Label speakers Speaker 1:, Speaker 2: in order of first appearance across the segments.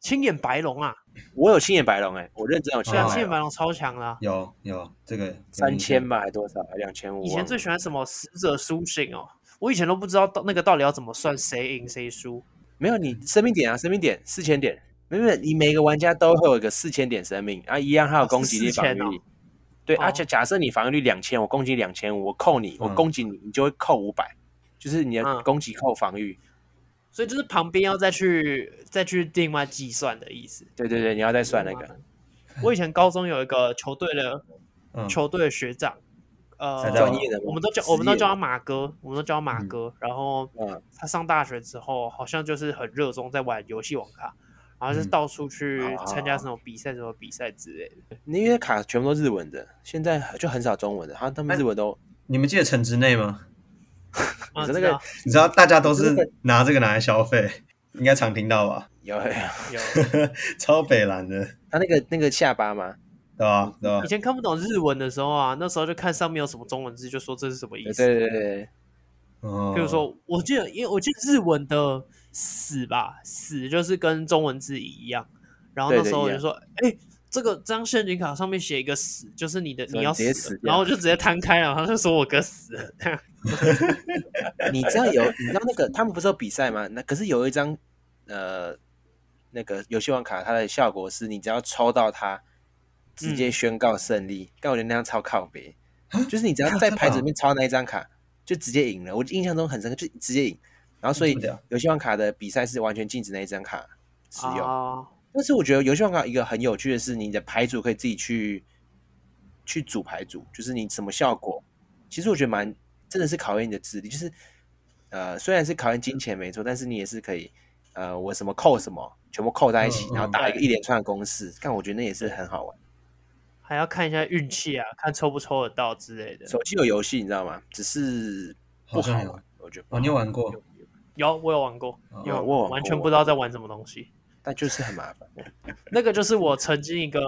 Speaker 1: 青眼白龙啊，
Speaker 2: 我有青眼白龙哎，我认真有青
Speaker 1: 对啊，
Speaker 2: 眼
Speaker 3: 哦
Speaker 1: 青
Speaker 2: 白
Speaker 1: 眼白
Speaker 2: 龙，
Speaker 1: 龙超强的啊、
Speaker 3: 有有这个有
Speaker 2: 三
Speaker 3: 印
Speaker 2: 千
Speaker 3: 象
Speaker 2: 吧，还多少？还两千五？啊
Speaker 1: 以前最喜欢什么死者苏醒哦，我以前都不知道到那个到底要怎么算谁赢谁输。
Speaker 2: 没有你生命点啊，生命点四千点，没有没有，你每个玩家都会有一个四千点生命啊，一样还有
Speaker 1: 哦
Speaker 2: 攻击力、
Speaker 1: 是
Speaker 2: 防御
Speaker 1: 4000
Speaker 2: 力。
Speaker 1: 哦
Speaker 2: 对，
Speaker 1: 哦
Speaker 2: 而且假设你防御率两千，我攻击两千五，我扣你，我
Speaker 3: 嗯
Speaker 2: 攻击你，你就会扣五百，就是你的
Speaker 1: 嗯
Speaker 2: 攻击扣防御。
Speaker 1: 所以就是旁边要再去再去另外计算的意思。
Speaker 2: 对对对，你要再算那个。。
Speaker 1: 嗯我以前高中有一个球队 的
Speaker 3: 嗯
Speaker 1: 球队的学长，呃，
Speaker 3: 专
Speaker 2: 业的吗
Speaker 1: 我们都叫
Speaker 2: 职业的
Speaker 1: 我们都叫他马哥，我们都叫他马哥。然后
Speaker 2: 嗯
Speaker 1: 他上大学之后，好像就是很热衷在玩游戏网咖，然后就是
Speaker 3: 嗯
Speaker 1: 到处去参
Speaker 2: 啊
Speaker 1: 加什么比赛、什么比赛之类的。
Speaker 2: 你因为卡全部都日文的，现在就很少中文的，他他们
Speaker 3: 哎
Speaker 2: 日文都
Speaker 3: 你们记得城之内吗？
Speaker 1: 啊，
Speaker 2: 你说那
Speaker 1: 知
Speaker 2: 个
Speaker 1: 道
Speaker 3: 你知道大家都是拿这个拿来消费，应该常听到吧？
Speaker 2: 有，哎
Speaker 1: 有。
Speaker 3: 超北蓝的，
Speaker 2: 他那个那个下巴嘛，
Speaker 3: 对吧？对吧
Speaker 1: 以？前看不懂日文的时候啊，那时候就看上面有什么中文字，就说这是什么意
Speaker 2: 对
Speaker 1: 思。
Speaker 2: 对对对，
Speaker 3: 哦
Speaker 1: 譬如，说，我记得，因为我记得日文的“死”吧，“死”就是跟中文字一样。然后
Speaker 2: 对
Speaker 1: 那
Speaker 2: 对
Speaker 1: 时候我
Speaker 2: 一
Speaker 1: 就
Speaker 2: 样
Speaker 1: 说：“哎、这个这张陷阱卡上面写一个‘死’，就是你的
Speaker 2: 对
Speaker 1: 你要
Speaker 2: 直接
Speaker 1: 死
Speaker 2: 死
Speaker 1: 了。”
Speaker 2: 掉
Speaker 1: 然后我就直接摊开了，然后他就说我哥死了。
Speaker 2: 你知道有你知道那个他们不是有比赛吗？那可是有一张呃那个游戏王卡，它的效果是你只要抽到它，直接宣告胜利。但我觉得那张超靠北，就是你只要在牌子里面抽那一张卡，就直接赢了。我印象中很深刻，就直接赢。然后所以
Speaker 3: 这么屌
Speaker 2: 游戏王卡的比赛是完全禁止那一张卡使用。
Speaker 1: 啊，
Speaker 2: 但是我觉得游戏王卡一个很有趣的是，你的牌组可以自己去去组牌组，就是你什么效果。其实我觉得蛮真的是考验你的智力，就是呃虽然是考验金钱没错，但是你也是可以呃我什么扣什么，全部扣在一起，
Speaker 3: 嗯
Speaker 2: 然后
Speaker 3: 嗯
Speaker 2: 打一个
Speaker 1: 对
Speaker 2: 一连串的公式。但我觉得那也是很好玩。
Speaker 1: 还要看一下运气啊，看抽不抽得到之类的。
Speaker 2: 手机有游戏你知道吗？只是不好
Speaker 3: 好像有
Speaker 2: 玩，我觉得不
Speaker 3: 哦，
Speaker 1: 啊
Speaker 2: 好
Speaker 3: 你有玩过？
Speaker 1: 有，我有玩过，
Speaker 3: 哦
Speaker 1: 有玩
Speaker 2: 我有玩过
Speaker 1: 完全不知道在玩什么东西。
Speaker 2: 但就是很麻烦。
Speaker 1: 那个就是我曾经一个，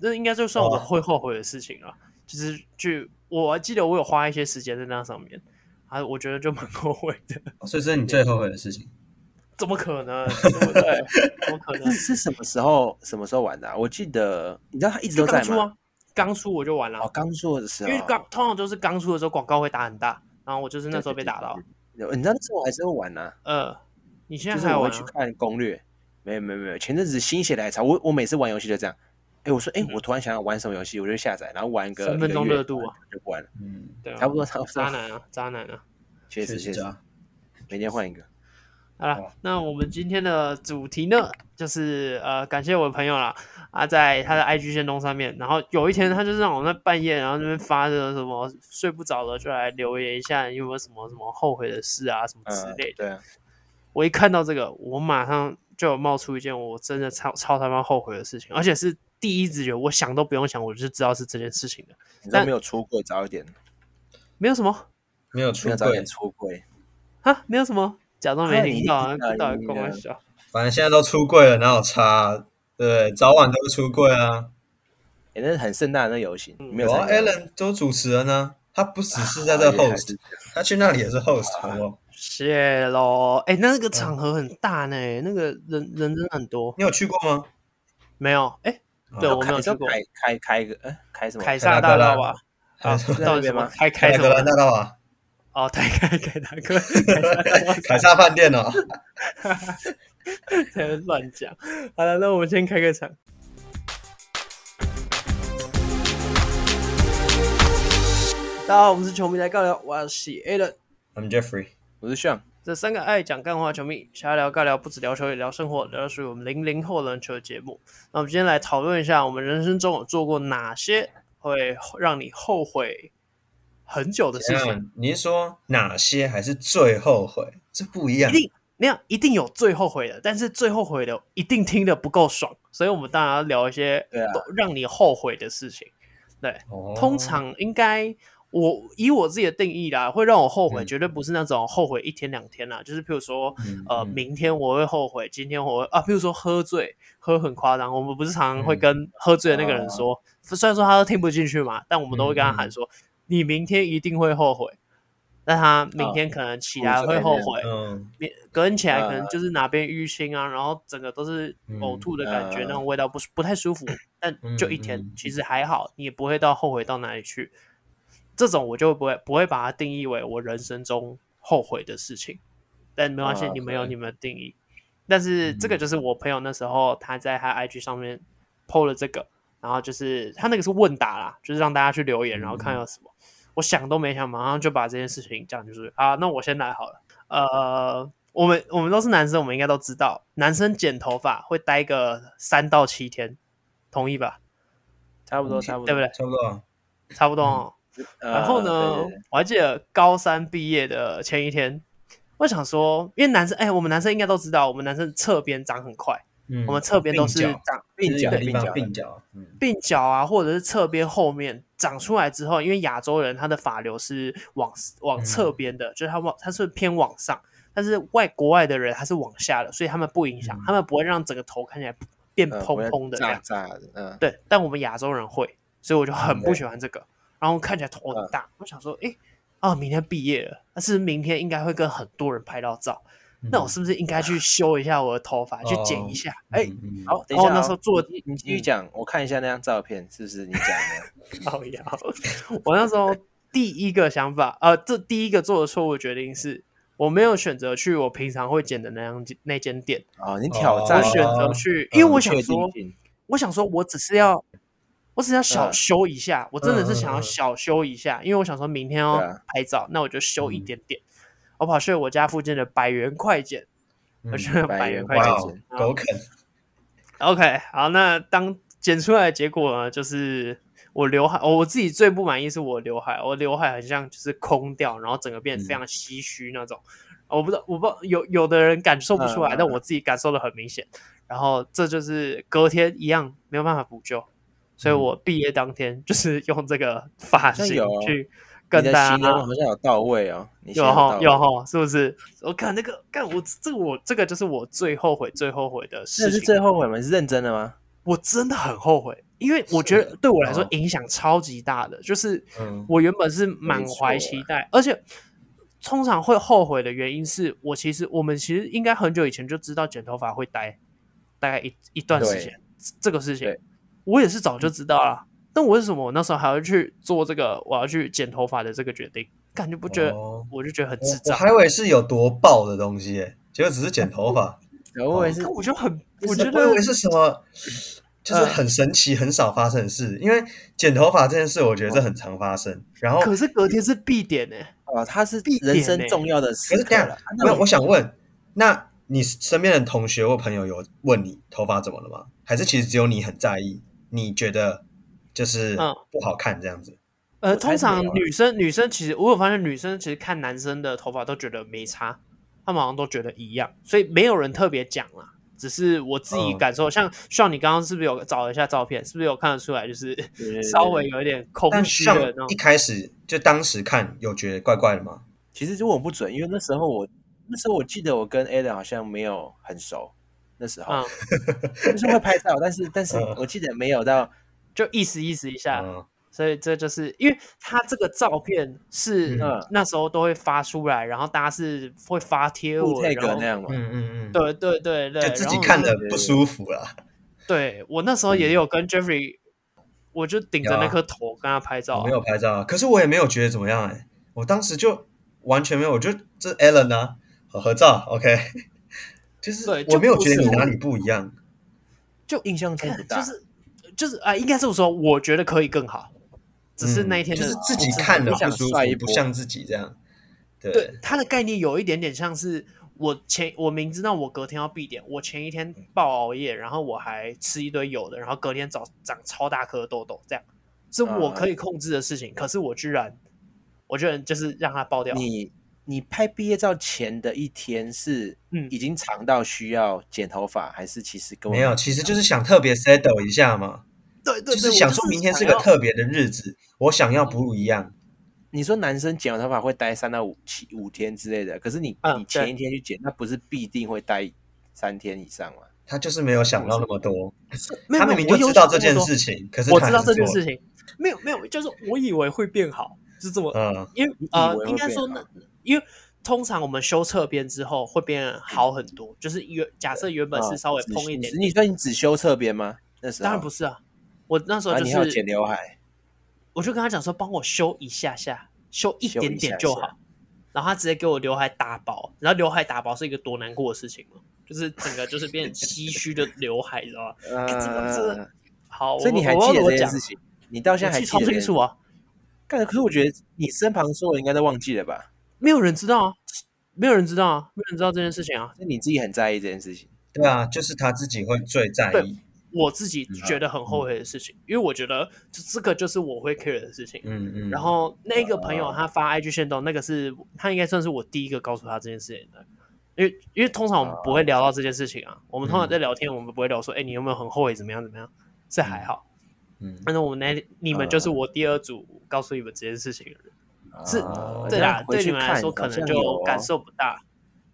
Speaker 1: 那应该就算我
Speaker 2: 哦
Speaker 3: 哇
Speaker 1: 会后悔的事情了。就是去，我还记得我有花一些时间在那上面，啊，我觉得就蛮 后悔的。
Speaker 3: 哦所以这是你最后悔的事情。
Speaker 1: 怎么可能？ 对不 对？怎么可能
Speaker 2: 那？是什么时候什么时候玩的啊、我记得你知道它一直都
Speaker 1: 就
Speaker 2: 在
Speaker 1: 刚出
Speaker 2: 吗？
Speaker 1: 啊，刚出我就玩了，
Speaker 2: 哦，刚出的时
Speaker 1: 因
Speaker 2: 候，
Speaker 1: 为刚通常就是刚出的时候广告会打很大，然后我就是那时候被打到。
Speaker 2: 有你知道那时候我还是会玩啊，
Speaker 1: 呃，你现
Speaker 2: 就
Speaker 1: 在
Speaker 2: 是
Speaker 1: 还有
Speaker 2: 我会
Speaker 1: 玩
Speaker 2: 去
Speaker 1: 啊？
Speaker 2: 看攻略。没有没有没有，前阵子心血来潮，我我每次玩游戏就这样。哎，我说哎，我突然想要玩什么游戏，我就下载，然后玩个
Speaker 1: 嗯三分钟
Speaker 2: 一个月
Speaker 1: 热度啊，
Speaker 2: 就不玩了，
Speaker 3: 嗯，
Speaker 1: 对啊，
Speaker 2: 差不多差不
Speaker 1: 渣
Speaker 2: 多。
Speaker 1: 男啊，渣男啊。
Speaker 2: 确实确实，
Speaker 3: 啊。
Speaker 2: 每天换一个。
Speaker 1: 好
Speaker 2: 哦
Speaker 1: 了，那我们今天的主题呢，就是呃，感谢我的朋友啦，啊，在
Speaker 2: 嗯
Speaker 1: 他的 IG 线动上面，然后有一天他就是让我在半夜，然后那边发着什么睡不着了，就来留言一下，有没有什么什么后悔的事啊，什么之
Speaker 2: 嗯
Speaker 1: 类的。，
Speaker 2: 对啊，
Speaker 1: 我一看到这个，我马上就有冒出一件我真的超超他妈后悔的事情，而且是第一直觉，我想都不用想，我就知道是这件事情的，
Speaker 2: 你
Speaker 1: 但
Speaker 2: 都没有出柜，早一点，
Speaker 1: 没有什么
Speaker 3: 没有出
Speaker 2: 没有早
Speaker 3: 柜
Speaker 2: 点，出柜。
Speaker 1: 啊，没有什么，假装
Speaker 2: 啊
Speaker 1: 没
Speaker 2: 你一
Speaker 1: 听
Speaker 2: 定
Speaker 1: 到啊，
Speaker 2: 的
Speaker 1: 不知道
Speaker 2: 你一定
Speaker 1: 跟我
Speaker 2: 的
Speaker 1: 笑。
Speaker 3: 反正现在都出柜了，哪有差啊？对不对，早晚都会出柜啊。
Speaker 2: 哎，那是很盛大的那游行，
Speaker 1: 嗯
Speaker 2: 你没有
Speaker 3: 有啊
Speaker 2: 参加
Speaker 3: ，Alan 都主持人呢，他不只是在这
Speaker 2: 啊也还
Speaker 3: host，他去那里也是 host，好不好？
Speaker 1: 谢喽，哎、那个
Speaker 3: 嗯
Speaker 1: 场合很大呢，那个人人真的很多。
Speaker 3: 你有去过吗？
Speaker 1: 没有，哎、对
Speaker 3: 啊
Speaker 1: 我没有
Speaker 2: 你说
Speaker 1: 去过
Speaker 2: 开开开一个，哎，开什么？
Speaker 1: 凯
Speaker 3: 大
Speaker 1: 撒大道
Speaker 3: 哥啦
Speaker 1: 吧？啊
Speaker 3: 还是，
Speaker 1: 到底
Speaker 2: 那边
Speaker 1: 什么
Speaker 2: 吗
Speaker 1: 开开什
Speaker 3: 格兰
Speaker 1: 么？
Speaker 3: 大道啊，
Speaker 1: 哦，开开凯大哥，凯撒大道
Speaker 3: 凯撒饭店哦。
Speaker 1: 在那乱讲。好了，那我们先开个场。大家好，我们是球迷来尬聊，我是 A 的。
Speaker 3: I'm Jeffrey，
Speaker 2: 我是炫，
Speaker 1: 这三个爱讲干话的球迷，瞎聊尬聊，不止聊球也聊生活，聊到属于我们零零后篮球的节目。那我们今天来讨论一下，我们人生中有做过哪些会让你后悔很久的事情？
Speaker 3: 你是说哪些还是最后悔？这不一样
Speaker 1: 一。定那样一定有最后悔的，但是最后悔的一定听得不够爽，所以我们当然要聊一些
Speaker 2: 对啊
Speaker 1: 都让你后悔的事情。
Speaker 3: 哦
Speaker 1: 通常应该我以我自己的定义啦，会让我后悔，
Speaker 3: 嗯
Speaker 1: 绝对不是那种后悔一天两天啦，就是譬如说。
Speaker 3: 嗯
Speaker 1: 呃，
Speaker 3: 嗯
Speaker 1: 明天我会后悔，今天我会啊，譬如说喝醉，喝很夸张，我们不是常
Speaker 3: 嗯
Speaker 1: 常会跟喝醉的那个
Speaker 3: 哦
Speaker 1: 人说，
Speaker 3: 嗯
Speaker 1: 虽然说他都听不进去嘛，但我们都会跟他喊说，你明天一定会后悔。但他
Speaker 3: 哦
Speaker 1: 明天可能起来会后悔，
Speaker 3: 嗯，
Speaker 1: 明隔天起来可能就是哪边淤青啊，然后整个都是呕吐的感觉，
Speaker 2: 嗯
Speaker 1: 那种味道不是不太舒 服，但就一天、
Speaker 3: 呃嗯嗯
Speaker 1: 其实还好，你也不会到后悔到哪里去。这种我就不会不会把它定义为我人生中后悔的事情，但没关系，
Speaker 2: 啊
Speaker 3: 哦
Speaker 1: 你们有
Speaker 2: OK
Speaker 1: 你们的定义。但是
Speaker 3: 嗯
Speaker 1: 这个就是我朋友那时候他在他 IG 上面 PO 了这个，然后就是他那个是问答啦，就是让大家去留言，然后
Speaker 2: 嗯
Speaker 1: 看有什么。我想都没想，马上就把这件事情讲，就是啊，那我先来好了。呃，我们我们都是男生，我们应该都知道，男生剪头发会待个三到七天，同意吧？
Speaker 2: 差不多差不多，
Speaker 1: 嗯对不对？
Speaker 3: 差不多。
Speaker 1: 差不多哦。
Speaker 2: 呃？
Speaker 1: 然后呢，
Speaker 2: 对对对
Speaker 1: 我还记得高三毕业的前一天，我想说，因为男生，哎、我们男生应该都知道，我们男生侧边长很快，
Speaker 3: 嗯，
Speaker 1: 我们侧边都是
Speaker 3: 鬓角
Speaker 1: 长
Speaker 2: 哦鬓角
Speaker 3: 就是有个
Speaker 2: 鬓
Speaker 3: 地方
Speaker 2: 角
Speaker 3: 鬓角，嗯，
Speaker 1: 鬓角啊，或者是侧边后面长出来之后，因为亚洲人他的发流是往往侧
Speaker 3: 嗯
Speaker 1: 边的，就是他往他是偏往上，但是外国外的人他是往下的，所以他们不影响，
Speaker 3: 嗯
Speaker 1: 他们不会让整个头看起来变
Speaker 2: 呃
Speaker 1: 蓬蓬的这
Speaker 2: 炸
Speaker 1: 样。
Speaker 2: 炸的，嗯，
Speaker 1: 对，但我们亚洲人会，所以我就很
Speaker 3: 嗯
Speaker 1: 不喜欢这个，然后看起来头很大，我想说，诶，啊，明天毕业了，但是明天应该会跟很多人拍到照，
Speaker 3: 嗯
Speaker 1: 那我是不是应该去修一下我的头发，去剪一
Speaker 3: 哦
Speaker 1: 下？哎、
Speaker 3: 嗯，
Speaker 2: 好，等一
Speaker 1: 哦
Speaker 2: 下哦，
Speaker 1: 那时候做
Speaker 2: 你你继续讲，我看一下那张照片是不是你讲 的？
Speaker 1: 造谣。我那时候第一个想法，呃，这第一个做的错误决定是，我没有选择去我平常会剪的那样那间店，
Speaker 2: 哦，你挑
Speaker 1: 我
Speaker 2: 战
Speaker 3: 哦
Speaker 1: 选择去，因为我想
Speaker 2: 确
Speaker 1: 说
Speaker 2: 定，性，
Speaker 1: 我想说我只是要，我只是要小
Speaker 2: 嗯
Speaker 1: 修一下，我真的是想要
Speaker 3: 嗯嗯嗯
Speaker 1: 小修一下，因为我想说明天要
Speaker 2: 对啊
Speaker 1: 拍照，那我就修一
Speaker 3: 嗯
Speaker 1: 点点。我跑去我家附近的百元快剪，我去了百
Speaker 2: 嗯百
Speaker 1: 元
Speaker 2: 元
Speaker 1: 快
Speaker 3: 嗯哇
Speaker 1: 剪
Speaker 2: 快
Speaker 3: 哦
Speaker 2: 剪，
Speaker 3: 狗啃，
Speaker 1: OK，好，那当剪出来的结果呢，就是我刘海、哦，我自己最不满意是我刘海，我刘海很像就是空掉，然后整个变
Speaker 2: 嗯
Speaker 1: 得非常唏嘘那种。我不知道，我不知道有有的人感受不出来，
Speaker 2: 嗯嗯
Speaker 1: 但我自己感受的很明显。然后这就是隔天一样没有办法补救，所以
Speaker 3: 嗯
Speaker 1: 我毕业当天就是 用这个发
Speaker 2: 像
Speaker 1: 型
Speaker 2: 有哦
Speaker 1: 去
Speaker 2: 你
Speaker 1: 跟
Speaker 2: 的
Speaker 1: 大家
Speaker 2: 形容好像有到位哦，你形
Speaker 1: 有
Speaker 2: 容
Speaker 1: 哈
Speaker 2: 到
Speaker 1: 有
Speaker 2: 位，
Speaker 1: 哈，是不是？我看那个，看我这个我这个就是我最后悔最后悔的事
Speaker 2: 这
Speaker 1: 情
Speaker 2: 是。最后悔吗？是认真的吗？
Speaker 1: 我真的很后悔，因为我觉得对我来说
Speaker 2: 哦
Speaker 1: 影响超级大的，就是
Speaker 3: 嗯
Speaker 1: 我原本是满怀期待，而且通常会后悔的原因是我其实我们其实应该很久以前就知道剪头发会待大概一一段时间，这个事情
Speaker 2: 对
Speaker 1: 我也是早
Speaker 3: 嗯
Speaker 1: 就知道了，但我为什么我那时候还要去做这个我要去剪头发的这个决定？感觉不觉得，
Speaker 3: 哦
Speaker 1: 我就觉得很智
Speaker 3: 我我
Speaker 1: 障，
Speaker 3: 还以为是有多爆的东西耶，结果只是剪头发。
Speaker 2: 我也是
Speaker 1: 但，我就很 我
Speaker 3: 我
Speaker 1: 觉
Speaker 3: 我以
Speaker 1: 得呃
Speaker 3: 为是什么，就是很神奇、很少发生的事。因为剪头发这件事，我觉得这很常发生。然后，
Speaker 1: 可是隔天是必点欸呢、
Speaker 2: 哦，他是
Speaker 1: 点
Speaker 2: 人生
Speaker 1: 呢
Speaker 2: 重要的
Speaker 3: 可
Speaker 2: 时
Speaker 3: 是这
Speaker 2: 刻
Speaker 3: 样
Speaker 2: 了，啊，
Speaker 3: 那
Speaker 2: 那
Speaker 3: 我想问，那你身边的同学或朋友有问你头发怎么了吗？还是其实只有你很在意？你觉得就是
Speaker 1: 嗯
Speaker 3: 不好看这样子？
Speaker 1: 呃，
Speaker 2: 我猜
Speaker 1: 通
Speaker 2: 是
Speaker 1: 常
Speaker 2: 没有
Speaker 1: 女生女生其实我有发现，女生其实看男生的头发都觉得没差，他们好像都觉得一样，所以没有人特别讲啦。只是我自己
Speaker 3: 嗯
Speaker 1: 感受，像像你刚刚是不是有找了一下照片，是不是有看得出来，就是
Speaker 2: 对
Speaker 1: 稍微有一点空
Speaker 3: 但
Speaker 1: 虚
Speaker 3: 像
Speaker 1: 的那
Speaker 3: 一
Speaker 1: 种？
Speaker 3: 开始就当时看有觉得怪怪的吗？
Speaker 2: 其实就我不准，因为那时候我那时候我记得我跟 Adam 好像没有很熟，那时候
Speaker 1: 嗯，
Speaker 2: 就是会拍照，但是但是
Speaker 3: 嗯
Speaker 2: 我记得没有到
Speaker 1: 就意思意思一下，
Speaker 3: 嗯，
Speaker 1: 所以这就是因为他这个照片是呃
Speaker 3: 嗯
Speaker 1: 那时候都会发出来，然后大家是会发贴
Speaker 2: 布
Speaker 1: 文，
Speaker 2: 泰
Speaker 1: 然
Speaker 2: 格
Speaker 1: 后
Speaker 2: 那样嘛，
Speaker 3: 嗯嗯嗯，
Speaker 1: 对对对对，
Speaker 3: 就自
Speaker 1: 然
Speaker 3: 己
Speaker 1: 后
Speaker 3: 看
Speaker 1: 就
Speaker 3: 的不舒服啊啦。
Speaker 1: 对我那时候
Speaker 3: 嗯
Speaker 1: 也有跟 Jeffrey，、我就顶着那颗头跟他拍照、
Speaker 3: 啊我
Speaker 1: 啊
Speaker 3: 没。有拍照啊，可是我也没有觉得怎么样哎、我当时就完全没有，我就这 Allen 啊，合合照 OK，就是
Speaker 1: 对就
Speaker 3: 我没有
Speaker 1: 不
Speaker 3: 觉得
Speaker 1: 是
Speaker 3: 你
Speaker 1: 我
Speaker 3: 哪里不一样，
Speaker 1: 就
Speaker 2: 印象中不大，
Speaker 1: 哎就是就是啊、应该这么说，我觉得可以更好，只是那一天
Speaker 3: 嗯就
Speaker 1: 的、
Speaker 3: 是自己看的
Speaker 2: 我
Speaker 3: 不
Speaker 2: 想
Speaker 3: 舒服
Speaker 2: 帅一，波
Speaker 3: 不像自己这样。对，
Speaker 1: 对他的概念有一点点像是我前我明知道我隔天要必点，我前一天暴熬夜，然后我还吃一堆油的，然后隔天早长超大颗痘痘，这样是我
Speaker 3: 啊
Speaker 1: 可以控制的事情，可是我居然我居然就是让它爆掉，
Speaker 2: 你你拍毕业照前的一天是
Speaker 1: 嗯
Speaker 2: 已经长到需要剪头发，还是其实根本
Speaker 3: 没有，其实就是想特别 settle 一下嘛，
Speaker 1: 对对对，
Speaker 3: 就是
Speaker 1: 我
Speaker 3: 想说明天是
Speaker 1: 想
Speaker 3: 个
Speaker 1: 要嗯
Speaker 3: 特别的日子，我想要不一样。
Speaker 2: 你说男生剪完头发会待三到五七五天之类的，可是你、
Speaker 1: 嗯
Speaker 2: 你
Speaker 1: 对
Speaker 2: 前一天去剪，那不是必定会待三天以上吗？
Speaker 3: 他就是没有想到那么多，
Speaker 1: 没有
Speaker 3: 他明明就知道这件事
Speaker 1: 情。
Speaker 3: 情，可是
Speaker 1: 我
Speaker 3: 他
Speaker 1: 知道
Speaker 3: 还
Speaker 1: 这
Speaker 3: 是
Speaker 1: 件
Speaker 3: 做了
Speaker 1: 事情，没有没有，就是我以为会变好，是这么，
Speaker 3: 嗯，
Speaker 1: 因为
Speaker 2: 你以
Speaker 1: 呃
Speaker 2: 为，会
Speaker 1: 应该
Speaker 2: 变
Speaker 1: 说
Speaker 2: 好
Speaker 1: 那，因为通常我们修侧边之后会变好很多，就是原假设原本
Speaker 2: 啊
Speaker 1: 是稍微
Speaker 2: 只
Speaker 1: 碰一点
Speaker 2: 你你说你只修侧边吗？那时候
Speaker 1: 当然不是啊，我那时候
Speaker 2: 啊，
Speaker 1: 就
Speaker 2: 你还有
Speaker 1: 是
Speaker 2: 剪刘海，
Speaker 1: 我就跟他讲说，帮我修一下下，修一
Speaker 2: 修
Speaker 1: 点
Speaker 2: 一
Speaker 1: 点
Speaker 2: 下
Speaker 1: 就
Speaker 2: 下
Speaker 1: 好。然后他直接给我刘海打薄，然后刘海打薄是一个多难过的事情嘛，就是整个就是变成 唏嘘的刘海，你知道吗？ 干这个这个
Speaker 2: 呃，
Speaker 1: 好，
Speaker 2: 所以
Speaker 1: 我
Speaker 2: 你还
Speaker 1: 我
Speaker 2: 记得
Speaker 1: 我
Speaker 2: 这件
Speaker 1: 讲
Speaker 2: 事，情？你到现
Speaker 1: 我
Speaker 2: 在还
Speaker 1: 记
Speaker 2: 记
Speaker 1: 超
Speaker 2: 得这
Speaker 1: 清
Speaker 2: 件
Speaker 1: 楚啊，
Speaker 2: 干，可是我觉得你身旁所有人应该都忘记了吧？
Speaker 1: 没有人知道啊，没有人知道啊，没有人知道这件事情啊。
Speaker 2: 那你自己很在意这件事情。
Speaker 3: 对啊，就是他自己会最在
Speaker 1: 对
Speaker 3: 意，
Speaker 2: 嗯
Speaker 1: 我自己觉得很后悔的事情，因为我觉得就这个就是我会 care 的事情。
Speaker 3: 嗯嗯，
Speaker 1: 然后那个朋友
Speaker 2: 哦
Speaker 1: 他发 IG 线动，那个是他应该算是我第一个告诉他这件事情的，因为因为通常我们不会聊到这件事情
Speaker 2: 哦
Speaker 1: 啊，我们通常在聊天，我们不会聊说，哎、你有没有很后悔怎么样怎么样，这还好。
Speaker 3: 嗯，
Speaker 1: 反正我们那你们
Speaker 2: 嗯
Speaker 1: 就是我第二组告诉你们这件事情的人，是
Speaker 2: 啊
Speaker 1: 对
Speaker 2: 这
Speaker 1: 啦
Speaker 2: 样，回
Speaker 1: 对
Speaker 2: 去
Speaker 1: 你们来
Speaker 2: 看
Speaker 1: 说
Speaker 2: 好
Speaker 1: 可能
Speaker 2: 像
Speaker 1: 就
Speaker 2: 有
Speaker 1: 感
Speaker 2: 哦
Speaker 1: 受不大，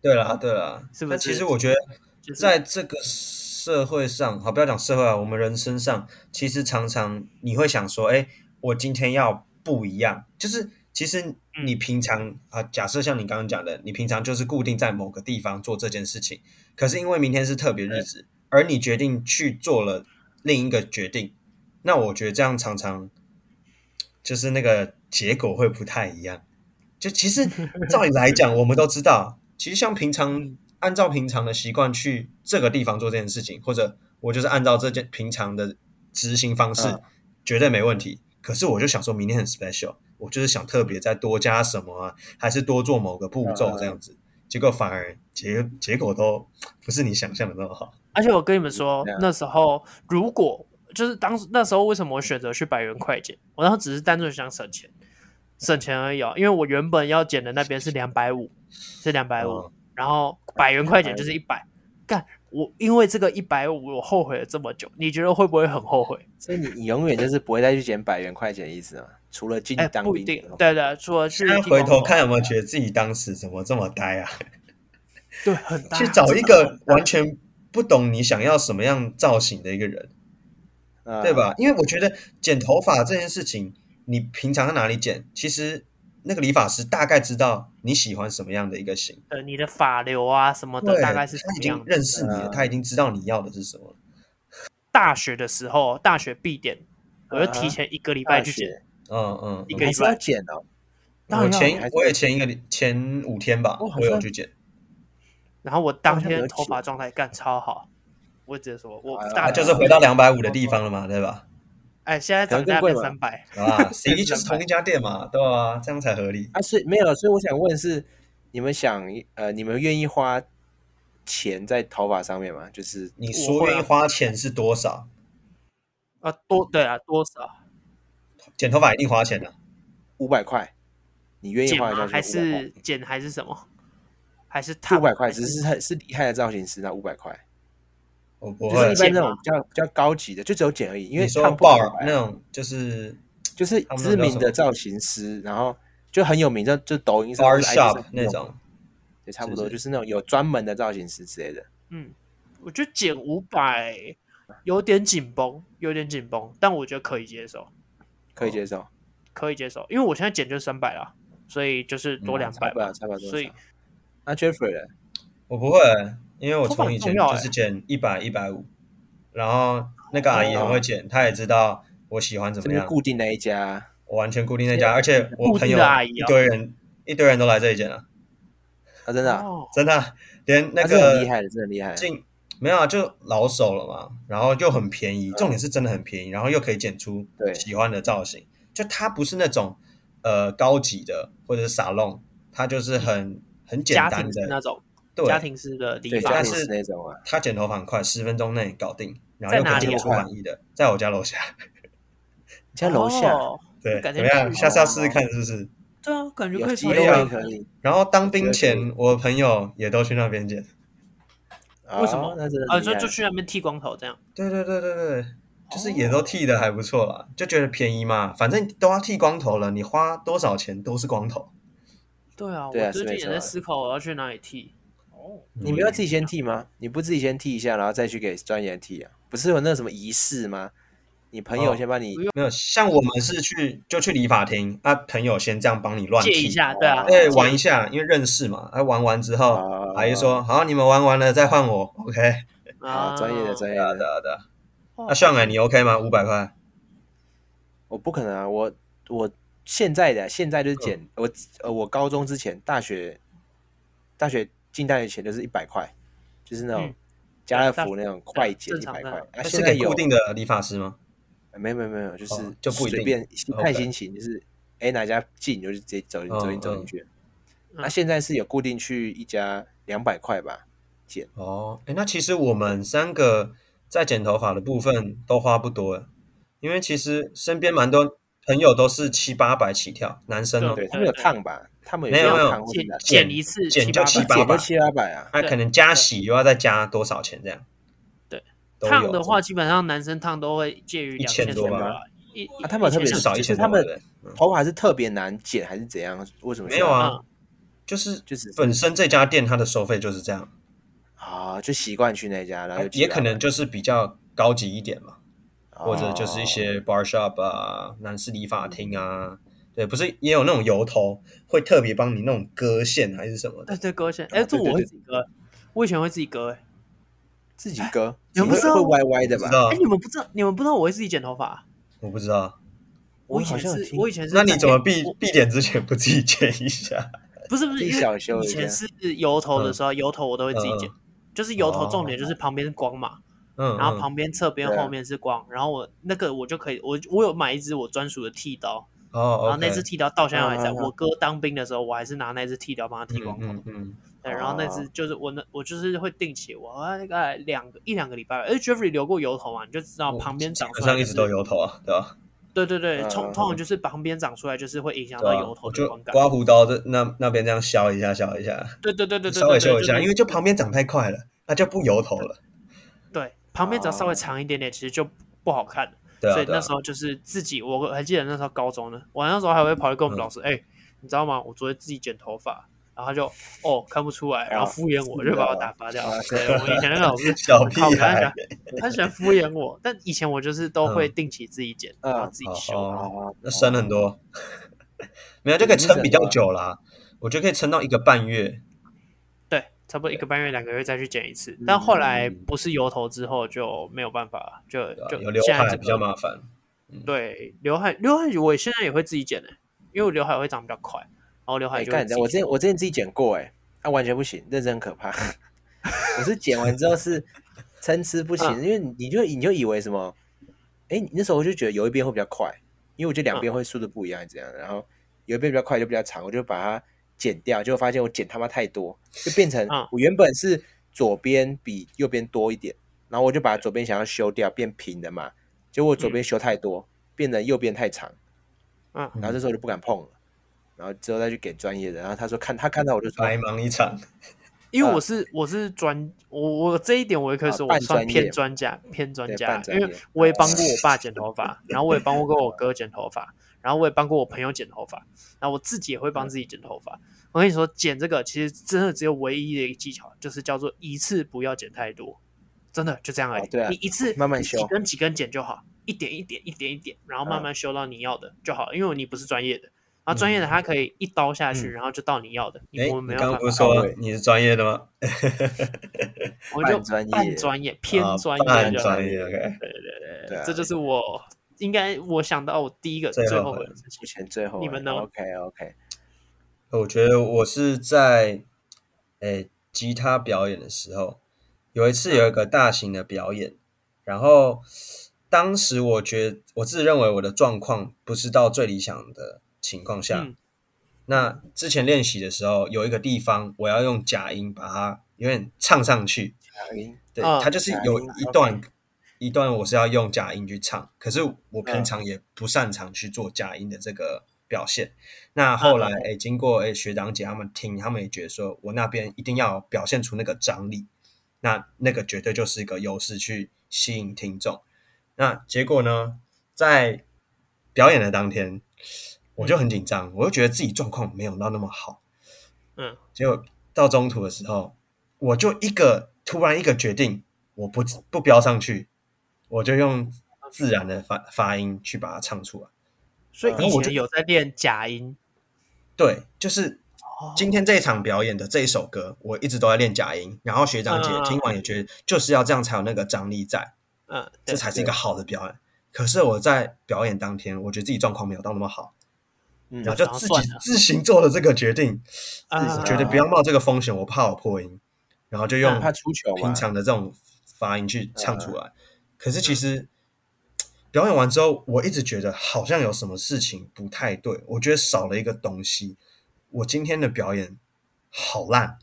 Speaker 3: 对啦对啦，
Speaker 1: 是不
Speaker 3: 那其
Speaker 1: 是
Speaker 3: 实我觉得
Speaker 1: 就是
Speaker 3: 在这个社会上，好，不要讲社会啊，我们人身上，其实常常你会想说，哎，我今天要不一样，就是其实
Speaker 1: 嗯
Speaker 3: 你平常啊、假设像你刚刚讲的，你平常就是固定在某个地方做这件事情，可是因为明天是特别日子，而你决定去做了另一个决定，那我觉得这样常常就是那个结果会不太一样。就其实照理来讲，我们都知道，其实像平常按照平常的习惯去这个地方做这件事情，或者我就是按照这件平常的执行方式，
Speaker 2: 嗯
Speaker 3: 绝对没问题。可是我就想说明天很 special，我就是想特别再多加什么啊，还是多做某个步骤这样子，结果反而结结果都不是你想象的那么好。
Speaker 1: 而且我跟你
Speaker 3: 嗯
Speaker 1: 们说
Speaker 2: 对啊，
Speaker 1: 那时候如果就是当时那时候为什么我选择去百元快剪，我当时只是单纯想省钱，省钱而已哦。因为我原本要剪的那边是两百五，是两百五
Speaker 3: 嗯，
Speaker 1: 然后百元快剪就是一百。干，我因为这个一百五，我后悔了这么久，你觉得会不会很后悔？
Speaker 2: 所以你你永远就是不会再去捡百元块钱的意思吗？除了进
Speaker 1: 哎、
Speaker 2: 去当
Speaker 1: 不一
Speaker 2: 兵
Speaker 1: 定
Speaker 2: 以后，，
Speaker 1: 对的，除了去
Speaker 3: 现在
Speaker 1: 地
Speaker 3: 回
Speaker 1: 方
Speaker 3: 头
Speaker 1: 口
Speaker 3: 看，有没有觉得自己当时怎么这么呆啊？
Speaker 1: 对，很大。
Speaker 3: 去找一
Speaker 1: 真的
Speaker 3: 个完全不懂你想要什么样造型的一个人，
Speaker 2: 啊
Speaker 3: 对？吧？因为我觉得剪头发这件事情，你平常在哪里剪，其实那个理发师大概知道你喜欢什么样的一个型，
Speaker 1: 呃你的发流啊什么的，
Speaker 3: 对，
Speaker 1: 大概是什
Speaker 3: 他
Speaker 1: 么
Speaker 3: 已
Speaker 1: 样
Speaker 3: 经
Speaker 1: 子？
Speaker 3: 认识你了，
Speaker 2: 嗯
Speaker 3: 他已经知道你要的是什么了。
Speaker 1: 大学的时候，大学必点，我就
Speaker 2: 啊哈
Speaker 1: 提前一个礼
Speaker 2: 大
Speaker 1: 拜去剪。
Speaker 2: 学
Speaker 3: 嗯嗯
Speaker 1: 一
Speaker 2: 你
Speaker 1: 个
Speaker 3: 嗯，
Speaker 2: 还
Speaker 1: 礼
Speaker 2: 是要
Speaker 1: 拜
Speaker 2: 剪哦。
Speaker 1: 当
Speaker 3: 我
Speaker 1: 然要
Speaker 3: 前
Speaker 2: 还是
Speaker 3: 我也前一个礼前五天吧，
Speaker 2: 哦好
Speaker 3: 我有
Speaker 2: 像
Speaker 3: 去剪，
Speaker 1: 然后我当
Speaker 2: 好像
Speaker 1: 天
Speaker 2: 有
Speaker 1: 头
Speaker 2: 剪
Speaker 1: 发状态干超好，我直接说，我
Speaker 2: 哎呀
Speaker 1: 大
Speaker 3: 啊，
Speaker 1: 学
Speaker 3: 就是回到两百五的地方了嘛，对吧？
Speaker 1: 哎，现在
Speaker 2: 可
Speaker 1: 涨
Speaker 2: 能
Speaker 1: 价
Speaker 2: 更
Speaker 1: 变
Speaker 2: 贵吧
Speaker 1: 三百，
Speaker 3: 啊，十一就是同一家店嘛，对啊，这样才合理。
Speaker 2: 啊，所以没有，所以我想问是，你们想呃，你们愿意花钱在头发上面吗？就是
Speaker 3: 你
Speaker 1: 我
Speaker 3: 说
Speaker 1: 会啊
Speaker 3: 愿意花钱是多少？
Speaker 1: 啊，多对啊，多少
Speaker 3: 剪头发一定花钱的、
Speaker 2: 五百块，你愿意
Speaker 1: 减
Speaker 2: 花
Speaker 1: 吗？
Speaker 2: 下
Speaker 1: 还
Speaker 2: 去
Speaker 1: 是减还是什么？还是
Speaker 2: 五百
Speaker 1: 烫
Speaker 2: 块？
Speaker 1: 还
Speaker 2: 只是很是厉害的造型师那五百块，
Speaker 3: 我不
Speaker 2: 就
Speaker 3: 会
Speaker 2: 是一。般
Speaker 1: 剪
Speaker 2: 那
Speaker 1: 吗
Speaker 2: 种比较比较高级的，就只有剪而已，因为
Speaker 3: 你说
Speaker 2: 烫不
Speaker 3: bar
Speaker 2: 了啊白
Speaker 3: 那种就是
Speaker 2: 就是
Speaker 3: 他们
Speaker 2: 知名
Speaker 3: 那叫什
Speaker 2: 的
Speaker 3: 么
Speaker 2: 造型师，然后就很有名，就就抖音上
Speaker 3: bar
Speaker 2: 或者 IG 上
Speaker 3: shop
Speaker 2: 有
Speaker 3: 那，种，
Speaker 2: 也差不
Speaker 3: 是
Speaker 2: 多，
Speaker 3: 是
Speaker 2: 就是那种有专门的造型师之类的。
Speaker 1: 嗯，我觉得减五百有点紧绷，有点紧绷，但我觉得可以接受，
Speaker 2: 可以接受，
Speaker 1: 可以接受，因为我现在减就三百了，所以就是多
Speaker 3: 嗯
Speaker 1: 两
Speaker 2: 差
Speaker 1: 百
Speaker 2: 不
Speaker 1: 吧
Speaker 2: 了，，差不了多
Speaker 1: 所以
Speaker 2: 少。那 Jeffrey 呢？
Speaker 3: 我不会，因为我
Speaker 1: 头发
Speaker 3: 从
Speaker 1: 很
Speaker 3: 以前
Speaker 1: 重要
Speaker 3: 就是剪一百一百五，然后那个阿姨很会剪，她也知道我喜欢怎
Speaker 2: 是
Speaker 3: 么
Speaker 2: 不是
Speaker 3: 样，
Speaker 2: 固定那一家？
Speaker 3: 我完全固定在家，而且我
Speaker 1: 固
Speaker 3: 朋
Speaker 1: 定
Speaker 3: 友
Speaker 1: 的阿姨
Speaker 3: 一
Speaker 1: 哦
Speaker 3: 堆人一堆人都来这里剪了，
Speaker 2: 啊，真的啊，
Speaker 1: 哦，
Speaker 3: 真的啊连那
Speaker 2: 他真的很
Speaker 3: 个
Speaker 2: 厉害的，真的很厉害。
Speaker 3: 进没有啊，就老手了嘛，然后又很便宜，重点是真的很便宜，然后又可以剪出
Speaker 2: 对
Speaker 3: 喜欢的造型。就它不是那种呃高级的或者是沙龙，它就是很很简
Speaker 1: 家
Speaker 3: 单
Speaker 1: 庭式那
Speaker 3: 的，
Speaker 1: 种
Speaker 3: 对，
Speaker 1: 家庭式的理
Speaker 2: 对，
Speaker 1: 发
Speaker 2: 家
Speaker 3: 但
Speaker 2: 庭
Speaker 3: 是
Speaker 2: 是那种啊，
Speaker 3: 他剪头发很快，十分钟内搞定，然
Speaker 1: 在
Speaker 3: 后又可
Speaker 1: 哪
Speaker 3: 以
Speaker 1: 里
Speaker 3: 剪出
Speaker 2: 啊
Speaker 3: 满意的，在我家楼下。
Speaker 2: 你家楼下
Speaker 1: 哦
Speaker 3: 对，
Speaker 1: 感
Speaker 3: 怎
Speaker 1: 觉啊
Speaker 3: 么样？
Speaker 1: 去
Speaker 3: 下次要试试看是不是？
Speaker 1: 对啊，感觉可
Speaker 2: 有
Speaker 1: 以
Speaker 2: 机
Speaker 1: 尝试
Speaker 3: 以啊
Speaker 2: 会
Speaker 1: 啊
Speaker 2: 可以。
Speaker 3: 然后当兵
Speaker 2: 我觉
Speaker 3: 前，我朋友也都去那边剪。
Speaker 1: 为什么
Speaker 2: 哦那真的
Speaker 1: 啊，
Speaker 2: 很厉
Speaker 1: 就
Speaker 2: 害
Speaker 1: 就去那边剃光头这样。
Speaker 3: 对对对对对，就是也都剃的还不错啦，就觉得便宜嘛，反正都要剃光头了，你花多少钱都是光头。
Speaker 1: 对啊，
Speaker 2: 对
Speaker 1: 我
Speaker 2: 啊
Speaker 1: 最近
Speaker 2: 是没
Speaker 1: 也
Speaker 2: 错
Speaker 1: 在
Speaker 2: 啊
Speaker 1: 思考我要去哪里剃。哦，
Speaker 2: 你不要自己先剃吗？你不自己先剃一下，然后再去给专业剃啊？不是有那个什么仪式吗？你朋友
Speaker 3: 哦
Speaker 2: 先帮你
Speaker 3: 没有，像我们是去就去理发厅啊，朋友先这样帮你乱
Speaker 1: 借一
Speaker 3: 剃，
Speaker 1: 下，对啊，
Speaker 3: 哎、
Speaker 1: 借
Speaker 3: 玩一下，因为认识嘛。啊，玩完之后，
Speaker 2: 啊
Speaker 3: 阿姨说：“好，你们玩完了再换我。”OK，
Speaker 2: 啊，专业的
Speaker 1: 业。
Speaker 2: 专
Speaker 3: 对
Speaker 2: 业
Speaker 3: 啊，
Speaker 2: 的，
Speaker 3: 对啊，对啊。
Speaker 1: 哇
Speaker 3: 那上海你 OK 吗？五百块，
Speaker 2: 我不可能啊，我我现在的啊现在就是
Speaker 3: 嗯
Speaker 2: 减、我呃我高中之前大学大学进大学前就是一百块，就是那种
Speaker 1: 嗯
Speaker 2: 家乐
Speaker 1: 大
Speaker 2: 福那种快捷
Speaker 1: 正
Speaker 2: 一
Speaker 1: 常
Speaker 2: 百
Speaker 1: 的
Speaker 2: 块，啊
Speaker 3: 那
Speaker 2: 现
Speaker 3: 是
Speaker 2: 在
Speaker 3: 给
Speaker 2: 有
Speaker 3: 固定的理发师吗？
Speaker 2: 没有没有没有，就是、
Speaker 3: 哦就不一
Speaker 2: 随
Speaker 3: 定
Speaker 2: 便看
Speaker 3: OK
Speaker 2: 心情，就是哎哪家近你就直接走进走进走进
Speaker 3: 嗯
Speaker 2: 去。
Speaker 1: 嗯
Speaker 2: 那、现在是有固定去一家两百块吧，
Speaker 3: 哦，哎，那其实我们三个在剪头发的部分都花不多，因为其实身边蛮多朋友都是七八百起跳，男生哦
Speaker 1: 对
Speaker 2: 对他们有
Speaker 1: 对
Speaker 2: 烫吧，他们
Speaker 3: 没有没有
Speaker 2: 烫或者
Speaker 1: 剪
Speaker 2: 哪
Speaker 1: 剪一次
Speaker 3: 剪
Speaker 1: 七
Speaker 3: 就
Speaker 1: 八
Speaker 3: 七
Speaker 1: 百
Speaker 3: 八
Speaker 2: 剪
Speaker 3: 百
Speaker 2: 都七八百啊，
Speaker 3: 那
Speaker 1: 对
Speaker 3: 可能加洗又要再加多少钱这样？
Speaker 1: 对，
Speaker 3: 都
Speaker 1: 烫
Speaker 3: 有
Speaker 1: 的话，基本上男生烫都会介于
Speaker 3: 一
Speaker 1: 两
Speaker 3: 千
Speaker 1: 千
Speaker 3: 多
Speaker 1: 左右
Speaker 3: 吧
Speaker 1: 啊，一一
Speaker 2: 啊他们有特
Speaker 3: 这
Speaker 2: 别
Speaker 3: 至少
Speaker 2: 就
Speaker 3: 一
Speaker 2: 是
Speaker 3: 千
Speaker 2: 他
Speaker 3: 多，
Speaker 2: 们
Speaker 3: 对不对
Speaker 2: 头发是特别难剪还是怎样？为什么是
Speaker 3: 没有
Speaker 1: 啊
Speaker 3: 啊，就是
Speaker 2: 就是
Speaker 3: 本身这家店它的收费就是这样，
Speaker 2: 啊，就习惯去那家，然后就
Speaker 3: 哎也
Speaker 2: 700
Speaker 3: 可能就是比较高级一点嘛，或者就是一
Speaker 2: 哦
Speaker 3: 些 bar shop 啊、男士理发厅
Speaker 1: 嗯
Speaker 3: 啊，对，不是也有那种油头会特别帮你那种割线还是什么
Speaker 1: 对
Speaker 3: 的，
Speaker 1: 对割线，哎，
Speaker 3: 啊
Speaker 1: 这
Speaker 3: 对对
Speaker 1: 我会
Speaker 3: 对啊
Speaker 1: 自己割，我以前会自己割，哎
Speaker 2: 自己割，
Speaker 1: 你们
Speaker 2: 自己
Speaker 1: 不知道
Speaker 2: 会歪歪的
Speaker 3: 不知
Speaker 2: 吧？
Speaker 3: 道
Speaker 1: 哎，，你们不知道，你们不知道我会自己剪头发，啊
Speaker 3: 我不知道，
Speaker 1: 我以
Speaker 2: 好
Speaker 1: 前
Speaker 2: 像有
Speaker 1: 是，
Speaker 2: 听
Speaker 1: 我以前是
Speaker 3: 那
Speaker 1: 在，
Speaker 3: 你怎么闭
Speaker 1: 我
Speaker 3: 闭点之前不自己剪一下？
Speaker 1: 不是不是，
Speaker 2: 自己
Speaker 1: 因为
Speaker 2: 小修
Speaker 1: 以
Speaker 2: 一
Speaker 1: 前
Speaker 2: 下
Speaker 1: 是油头的
Speaker 3: 嗯
Speaker 1: 时候，油头我都会自己剪
Speaker 3: 嗯，
Speaker 1: 就是油头重点
Speaker 3: 哦
Speaker 1: 就是旁边是光嘛，
Speaker 3: 嗯，
Speaker 1: 然后
Speaker 3: 嗯
Speaker 1: 旁边侧边
Speaker 2: 对啊
Speaker 1: 后面是光，然后我那个我就可以，我我有买一支我专属的剃刀，然
Speaker 3: 哦
Speaker 1: 后那
Speaker 3: OK，
Speaker 1: 支剃刀到现在还在，
Speaker 2: 嗯嗯嗯
Speaker 1: 我哥当兵的时候我还是拿那支剃刀帮他剃光头
Speaker 3: 嗯。嗯
Speaker 1: 对，然后那次
Speaker 2: 哦
Speaker 1: 就是我那我就是会定期，我大概两个一两个礼拜吧，哎，Jeffrey 留过油头嘛，你就知道
Speaker 3: 嗯，
Speaker 1: 旁边长
Speaker 3: 基
Speaker 1: 出
Speaker 3: 本
Speaker 1: 来、
Speaker 3: 上
Speaker 1: 就
Speaker 3: 一
Speaker 1: 是，
Speaker 3: 直都油头啊，对吧？
Speaker 1: 对对对，
Speaker 2: 嗯
Speaker 1: 通
Speaker 2: 嗯
Speaker 1: 通常就是旁边长出来，就是会影响
Speaker 3: 对
Speaker 1: 到
Speaker 3: 啊
Speaker 1: 油头
Speaker 3: 我
Speaker 1: 的
Speaker 3: 就
Speaker 1: 观感。
Speaker 3: 刮胡刀这那那边这样削一下削一下，
Speaker 1: 对对对对对，
Speaker 3: 稍微
Speaker 1: 对对
Speaker 3: 修一下，
Speaker 1: 就是
Speaker 3: 因为就旁边长太快了，那就不油头了。
Speaker 1: 对旁边只要稍微
Speaker 2: 啊
Speaker 1: 长一点点，其实就不好看了。
Speaker 3: 对
Speaker 1: 所
Speaker 3: 啊，
Speaker 1: 以
Speaker 3: 对
Speaker 1: 那
Speaker 3: 啊
Speaker 1: 时，候就是自己，我还记得那时候高中呢，我那时候还会跑去跟我
Speaker 3: 嗯
Speaker 1: 们老师，哎、你知道吗？我昨天自己剪头发，然后他就哦看不出来，然后敷衍我，
Speaker 2: 是
Speaker 1: 就把我
Speaker 2: 的
Speaker 1: 打发掉。
Speaker 2: 啊
Speaker 1: 对，我们以前那个老 师
Speaker 3: 小哦屁
Speaker 1: 靠他
Speaker 3: 孩
Speaker 1: 想，他喜欢敷衍我，但以前我就是都会定期自己剪，
Speaker 2: 嗯
Speaker 1: 然后自己修。
Speaker 3: 哦，
Speaker 2: 哦
Speaker 3: 那深很多， 没有就可以撑比较久啦，我觉得可以撑到一个半月。
Speaker 1: 对，差不多一个半月、两个月再去剪一次。但后来
Speaker 2: 嗯
Speaker 1: 不是油头之后就没有办法了，就
Speaker 3: 对吧啊
Speaker 1: 就
Speaker 3: 有刘
Speaker 1: 现在
Speaker 3: 海
Speaker 1: 这
Speaker 3: 比较
Speaker 1: 个
Speaker 3: 麻烦，
Speaker 1: 对刘海，刘海我现在也会自己剪的、因为我刘海会长比较快，然后刘海
Speaker 2: 哎，
Speaker 1: 就会
Speaker 2: 干
Speaker 1: 自
Speaker 2: 的，
Speaker 1: 己
Speaker 2: 我之前我之前自己剪过，哎，那完全不行，认真很可怕。 我是剪完之后是参差不齐，
Speaker 1: 嗯
Speaker 2: 因为你就你就以为什么？哎，那时候我就觉得有一边会比较快，因为我觉
Speaker 3: 嗯
Speaker 2: 得两边会速度不一样，这样，然后有一边比较快就比较长，我就把它剪掉，结果发现我剪他妈太多，就变成
Speaker 1: 嗯
Speaker 2: 我原本是左边比右边多一点，然后我就把左边想要修掉变平的嘛，结果我左边修太多，变成右边太长，
Speaker 1: 嗯
Speaker 2: 然后这时候我就不敢碰了。然后之后再去给专业的，然后他说看他看到我就说
Speaker 3: 白忙一场。
Speaker 1: 因为
Speaker 2: 啊
Speaker 1: 我是、我是专我我这一点我也可以
Speaker 2: 啊
Speaker 1: 说我
Speaker 2: 半
Speaker 1: 算
Speaker 2: 专业
Speaker 1: 偏专家偏专
Speaker 2: 对
Speaker 1: 家
Speaker 2: 半，专
Speaker 1: 因为
Speaker 2: 业
Speaker 1: 我也帮过我爸剪头发，然后我也帮过跟我哥剪头发，然后我也帮过我朋友剪头发，然后我自己也会帮自己剪头发。我跟你说，剪这个其实真的只有唯一的一个技巧，就是叫做一次不要剪太多，真的就这样而已。
Speaker 2: 哦对啊
Speaker 1: 你一次
Speaker 2: 慢慢
Speaker 1: 你
Speaker 2: 修
Speaker 1: 几根几根剪就好，一点一点一点一点，然后慢
Speaker 2: 嗯
Speaker 1: 慢修到你要的就好，因为你不是专业的。然后专
Speaker 2: 嗯
Speaker 1: 业的他可以一刀下去，
Speaker 3: 嗯
Speaker 1: 然后就到你要的，
Speaker 3: 哎，
Speaker 1: 我们
Speaker 3: 你
Speaker 1: 没有
Speaker 3: 刚
Speaker 1: 办
Speaker 3: 刚
Speaker 1: 法
Speaker 3: 不。是
Speaker 2: 到
Speaker 3: 说
Speaker 2: 位
Speaker 3: 你是专业的吗？
Speaker 1: 我就
Speaker 2: 半专业
Speaker 1: 半专业偏
Speaker 3: 啊
Speaker 1: 专
Speaker 3: 半
Speaker 1: 业的，
Speaker 3: 专业，OK，
Speaker 2: 对啊
Speaker 1: 这就是我应该我想到我第一个
Speaker 3: 最
Speaker 1: 最
Speaker 3: 后
Speaker 1: 后
Speaker 3: 悔
Speaker 1: 悔的事
Speaker 2: 目
Speaker 1: 情。
Speaker 2: 前最后
Speaker 1: 你们呢
Speaker 2: ？OK OK，
Speaker 3: 我觉得我是在诶吉他表演的时候，有一次有一个大型的表演，然后当时我觉我自认为我的状况不是到最理想的情况下，
Speaker 1: 嗯
Speaker 3: 那之前练习的时候有一个地方我要用假音把它有点唱上去，对，
Speaker 1: 啊
Speaker 3: 它就是
Speaker 2: 假
Speaker 3: 有
Speaker 2: 音
Speaker 3: 一
Speaker 2: ，OK
Speaker 3: 段一段我是要用假音去唱，可是我平
Speaker 2: 嗯
Speaker 3: 常也不擅长去做假音的这个表现。那
Speaker 2: 嗯
Speaker 3: 后来，哎，经过哎学长姐他们听，他们也觉得说我那边一定要表现出那个张力，那那个绝对就是一个优势去吸引听众。那结果呢，在表演的当天，我就
Speaker 2: 嗯
Speaker 3: 很紧张，我就觉得自己状况没有到那么好。
Speaker 1: 嗯，
Speaker 3: 结果到中途的时候，我就一个突然一个决定，我不不标上去，我就用自然的发发音去把它唱出来。
Speaker 1: 所以
Speaker 3: 然后
Speaker 1: 以
Speaker 3: 嗯我就
Speaker 1: 前有在练假音。
Speaker 3: 对，就是
Speaker 1: 哦
Speaker 3: 今天这一场表演的这一首歌，我一直都在练假音，然后学长姐
Speaker 1: 嗯嗯嗯
Speaker 3: 听完也觉得就是要这样才有那个张力在，
Speaker 1: 嗯，对
Speaker 3: 这才是一个好的表演。可是我在表演当天，我觉得自己状况没有到那么好，
Speaker 2: 嗯
Speaker 3: 然后就自己
Speaker 1: 然后算了
Speaker 3: 自行做了这个决定，
Speaker 1: 啊，
Speaker 3: 觉得不要冒这个风险，我怕我破音，然后就用
Speaker 1: 嗯
Speaker 2: 怕出糗嘛
Speaker 3: 平。常的这种发音去唱出来。可是其
Speaker 1: 嗯
Speaker 3: 实表演完之后，我一直觉得好像有什么事情不太对，我觉得少了一个东西。我今天的表演好烂，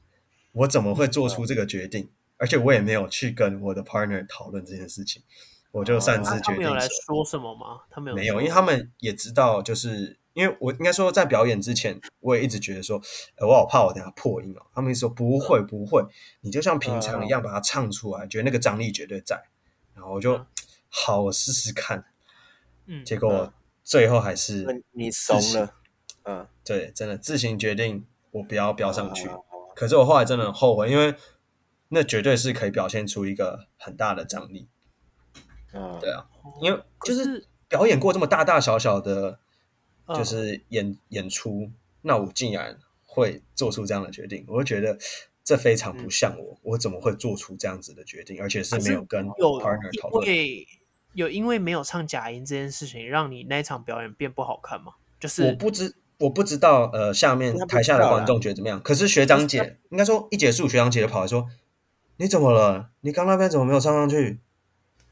Speaker 3: 我怎么会做出这个决
Speaker 1: 嗯
Speaker 3: 定？而且我也没有去跟我的 partner 讨论这件事情，我就擅自
Speaker 1: 啊他
Speaker 3: 决
Speaker 1: 们
Speaker 3: 定
Speaker 1: 有
Speaker 3: 说
Speaker 1: 来说什么吗？他们有
Speaker 3: 没有，
Speaker 1: 说
Speaker 3: 因为他们也知道，就是因为我应该说在表演之前，我也一直觉得说，呃、我好怕我等下破音哦。他们一直说不会不会，你就像平
Speaker 2: 嗯
Speaker 3: 常一样把它唱出来，觉得那个张力绝对在。然后我就、
Speaker 1: 嗯
Speaker 3: 好，我试试看。
Speaker 1: 嗯，
Speaker 3: 结果
Speaker 2: 嗯
Speaker 3: 最后还是、
Speaker 2: 那你怂了，嗯，
Speaker 3: 对，真的自行决定我不要飙上去。
Speaker 2: 哦
Speaker 3: 可是我后来真的很后悔，因为那绝对是可以表现出一个很大的张力。
Speaker 2: 嗯，
Speaker 3: 对啊，因为
Speaker 1: 可
Speaker 3: 就是
Speaker 1: 是
Speaker 3: 表演过这么大大小小的，
Speaker 1: 嗯
Speaker 3: 就是演、演出，那我竟然会做出这样的决定，我就觉得这非常不像我，我怎么会做出这样子的决定，而且是没有跟
Speaker 1: 有
Speaker 3: partner 讨
Speaker 1: 因
Speaker 3: 论。
Speaker 1: 为有因为没有唱假音这件事情，让你那一场表演变不好看吗？就是
Speaker 3: 我不知我不知道呃，下面
Speaker 2: 他不知道
Speaker 3: 台下的
Speaker 2: 啦
Speaker 3: 观众觉得怎么样？可是学长姐应该说一结束，学长姐就跑来说：“你怎么了？你刚那边怎么没有唱上去？”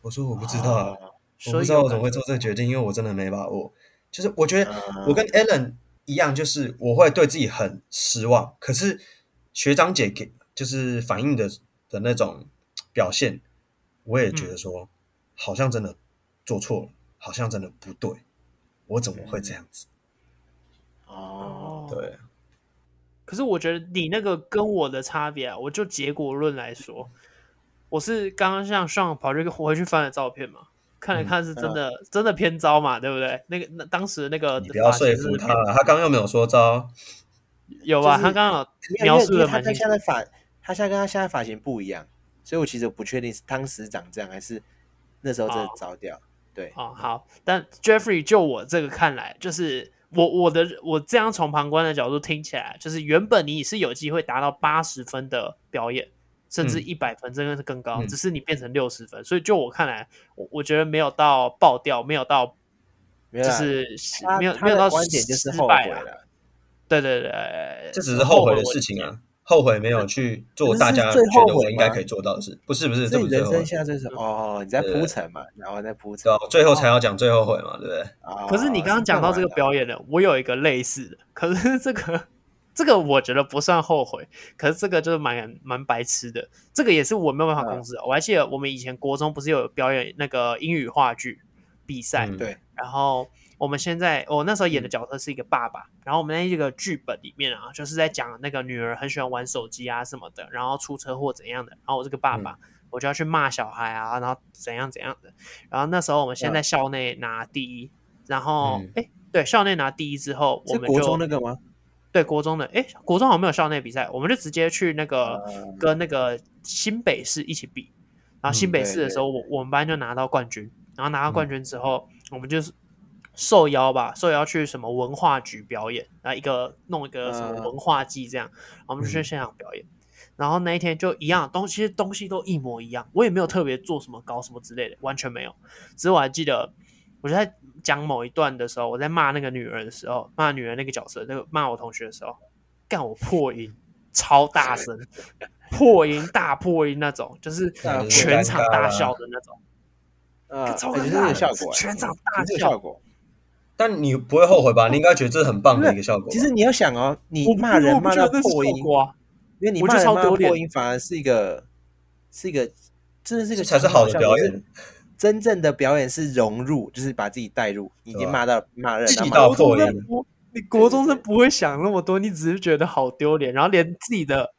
Speaker 3: 我说：“我不知道。
Speaker 2: 啊
Speaker 3: 我不
Speaker 1: 所以
Speaker 3: 知道
Speaker 1: 有
Speaker 3: 我怎么会
Speaker 1: 感觉
Speaker 3: 做这个决定，因为我真的没把握。就是我觉得
Speaker 1: 呃
Speaker 2: 嗯
Speaker 3: 我跟 Alan 一样，就是我会对自己很失望。可是学长姐给就是反应的的那种表现，我也
Speaker 1: 嗯
Speaker 3: 觉得说、好像真的做错了，好像真的不对，我怎么会这样子？
Speaker 2: 哦，
Speaker 1: 哦，
Speaker 3: 对，
Speaker 1: 可是我觉得你那个跟我的差别啊，我就结果论来说，我是刚刚像上跑去回去翻了照片嘛，看
Speaker 2: 嗯
Speaker 1: 了看是真的、真的偏糟嘛，对不对？那个那当时那个
Speaker 3: 你不要
Speaker 1: 发型
Speaker 3: 说
Speaker 1: 是
Speaker 3: 服他，他刚刚又没有说招。
Speaker 1: 有吧？
Speaker 2: 就是
Speaker 1: 他刚好
Speaker 2: 没
Speaker 1: 描
Speaker 2: 有因为
Speaker 1: 述
Speaker 2: 因为
Speaker 1: 的
Speaker 2: 他
Speaker 1: 蛮
Speaker 2: 跟
Speaker 1: 清
Speaker 2: 现
Speaker 1: 楚，
Speaker 2: 在发，他现在跟他现在发型不一样，所以我其实不确定是当时长这样还是那时候真的
Speaker 1: 哦
Speaker 2: 糟掉。对，
Speaker 1: 哦，好，但 Jeffrey 就我这个看来，就是我我的我这样从旁观的角度听起来，就是原本你是有机会达到八十分的表演，甚至
Speaker 3: 嗯
Speaker 1: 一百分，真的是更高，
Speaker 3: 嗯
Speaker 1: 只是你变成六十分，所以就我看来，我我觉得没有到爆掉，没有到
Speaker 2: 没有
Speaker 1: 就
Speaker 2: 啦
Speaker 1: 是
Speaker 2: 他
Speaker 1: 没有
Speaker 2: 他
Speaker 1: 没有
Speaker 2: 的
Speaker 1: 到
Speaker 2: 观点就是
Speaker 1: 失
Speaker 2: 后
Speaker 1: 败
Speaker 2: 悔
Speaker 1: 啊，
Speaker 2: 了，
Speaker 1: 对对对，
Speaker 3: 这只是后悔的
Speaker 1: 我
Speaker 3: 事情啊，后悔没有去做大家
Speaker 2: 这是最
Speaker 3: 觉
Speaker 2: 后悔
Speaker 3: 得我应该
Speaker 2: 吗
Speaker 3: 可以做到的事，不是不是，这
Speaker 2: 所以
Speaker 3: 不是最
Speaker 2: 人
Speaker 3: 后悔
Speaker 2: 生，现在就是哦，你在
Speaker 3: 对
Speaker 2: 铺陈嘛，然后在铺陈
Speaker 3: 对啊。啊我最后才要讲最后悔嘛，对不对？
Speaker 2: 哦
Speaker 1: 可是你刚刚讲到这个
Speaker 2: 样
Speaker 1: 表演了，我有一个类似的，可是这个这个我觉得不算后悔，可是这个就是蛮蛮白痴的，这个也是我没有办法控制的。我还记得我们以前国中不是有表演那个英语话剧比赛，
Speaker 3: 嗯
Speaker 2: 对
Speaker 1: 然后我们现在我那时候
Speaker 2: 嗯
Speaker 1: 演的角色是一个爸爸，然后我们那一个剧本里面啊，就是在讲那个女儿很喜欢玩手机啊什么的，然后出车祸怎样的，然后我这个爸
Speaker 2: 嗯
Speaker 1: 爸。我就要去骂小孩啊，然后怎样怎样的。然后那时候我们
Speaker 2: 嗯
Speaker 1: 先在校内拿第一，然后
Speaker 3: 嗯
Speaker 1: 哎、诶对，校内拿第一之后，我
Speaker 2: 是
Speaker 1: 们
Speaker 2: 国
Speaker 1: 就
Speaker 2: 中那个吗？
Speaker 1: 对国中的，哎、国中好像没有校内比赛，我们就直接去那个、
Speaker 2: 嗯
Speaker 1: 跟那个新北市一起比。然后新北市的时候，我我们班就拿到冠军，然后拿到冠军之后，我们就是受邀吧，受邀去什么文化局表演，然后一个弄一个什么
Speaker 2: 嗯
Speaker 1: 文化祭这样，然后我们就去
Speaker 3: 嗯
Speaker 1: 现场表演。然后那一天就一样，东西东西都一模一样，我也没有特别做什么搞什么之类的，完全没有。只是我还记得，我就在讲某一段的时候，我在骂那个女儿的时候，骂女儿那个角色，那个骂我同学的时候，干我破音，超大声，破音大破音那种， 就是
Speaker 2: 那就是
Speaker 1: 全场大笑的那种，
Speaker 2: 啊，
Speaker 1: 超
Speaker 2: 哎
Speaker 1: 尴
Speaker 2: 其实
Speaker 1: 尬
Speaker 2: 有
Speaker 1: 的，
Speaker 2: 效果，
Speaker 1: 全场
Speaker 2: 哎
Speaker 1: 大
Speaker 2: 其实有
Speaker 1: 笑
Speaker 2: 效。果。
Speaker 3: 但你不会后悔吧？你应该觉得这是很棒的一个效果吧。
Speaker 2: 其实你要想哦，你
Speaker 1: 我
Speaker 2: 骂
Speaker 1: 我
Speaker 2: 人
Speaker 1: 不
Speaker 2: 骂
Speaker 1: 觉
Speaker 2: 到
Speaker 1: 得那是
Speaker 2: 破音
Speaker 1: 效，果啊，
Speaker 2: 因为你
Speaker 1: 我觉
Speaker 2: 骂
Speaker 1: 得
Speaker 2: 人
Speaker 1: 超
Speaker 2: 骂到
Speaker 1: 丢脸
Speaker 2: 破音反而是一个是一个真的是一
Speaker 3: 这
Speaker 2: 个
Speaker 3: 才是好的
Speaker 2: 笑
Speaker 3: 表
Speaker 2: 可是
Speaker 3: 演，
Speaker 2: 真正的表演是融入，就是把自己带入，你已
Speaker 3: 对
Speaker 2: 经
Speaker 3: 啊
Speaker 2: 骂到骂人，
Speaker 3: 气
Speaker 2: 然后骂
Speaker 3: 到
Speaker 1: 国中
Speaker 3: 破
Speaker 1: 生
Speaker 3: 音。
Speaker 1: 不，你国中
Speaker 2: 对
Speaker 1: 生
Speaker 2: 对对
Speaker 1: 不会想那么多，你只是觉得好丢脸，然后连自己的。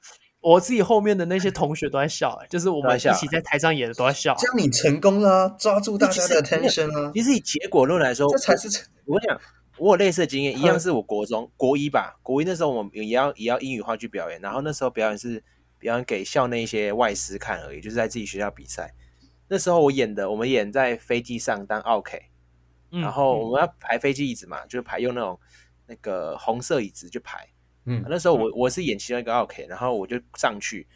Speaker 1: 我自己后面的那些同学都在笑、欸就是我
Speaker 2: 都
Speaker 1: 们
Speaker 2: 在
Speaker 1: 一
Speaker 2: 笑
Speaker 1: 起在台上演的都在笑、
Speaker 3: 这样你成功了啊，抓住大家的
Speaker 2: 其实
Speaker 3: attention 啊，
Speaker 2: 其实以结果论来说，
Speaker 3: 这才是
Speaker 2: 我跟你讲，我有类似的经验，一
Speaker 1: 嗯
Speaker 2: 样是我国中国一吧，国一那时候我们也要也要英语话剧表演，然后那时候表演是表演给校内一些外师看而已，就是在自己学校比赛。那时候我演的，我们演在飞机上当 OK，
Speaker 1: 嗯
Speaker 2: 然后我们要排飞机椅子嘛，就是排用那种那个红色椅子去排。
Speaker 3: 嗯，
Speaker 2: 那时候我我是演其中一个 OK，然后我就上去，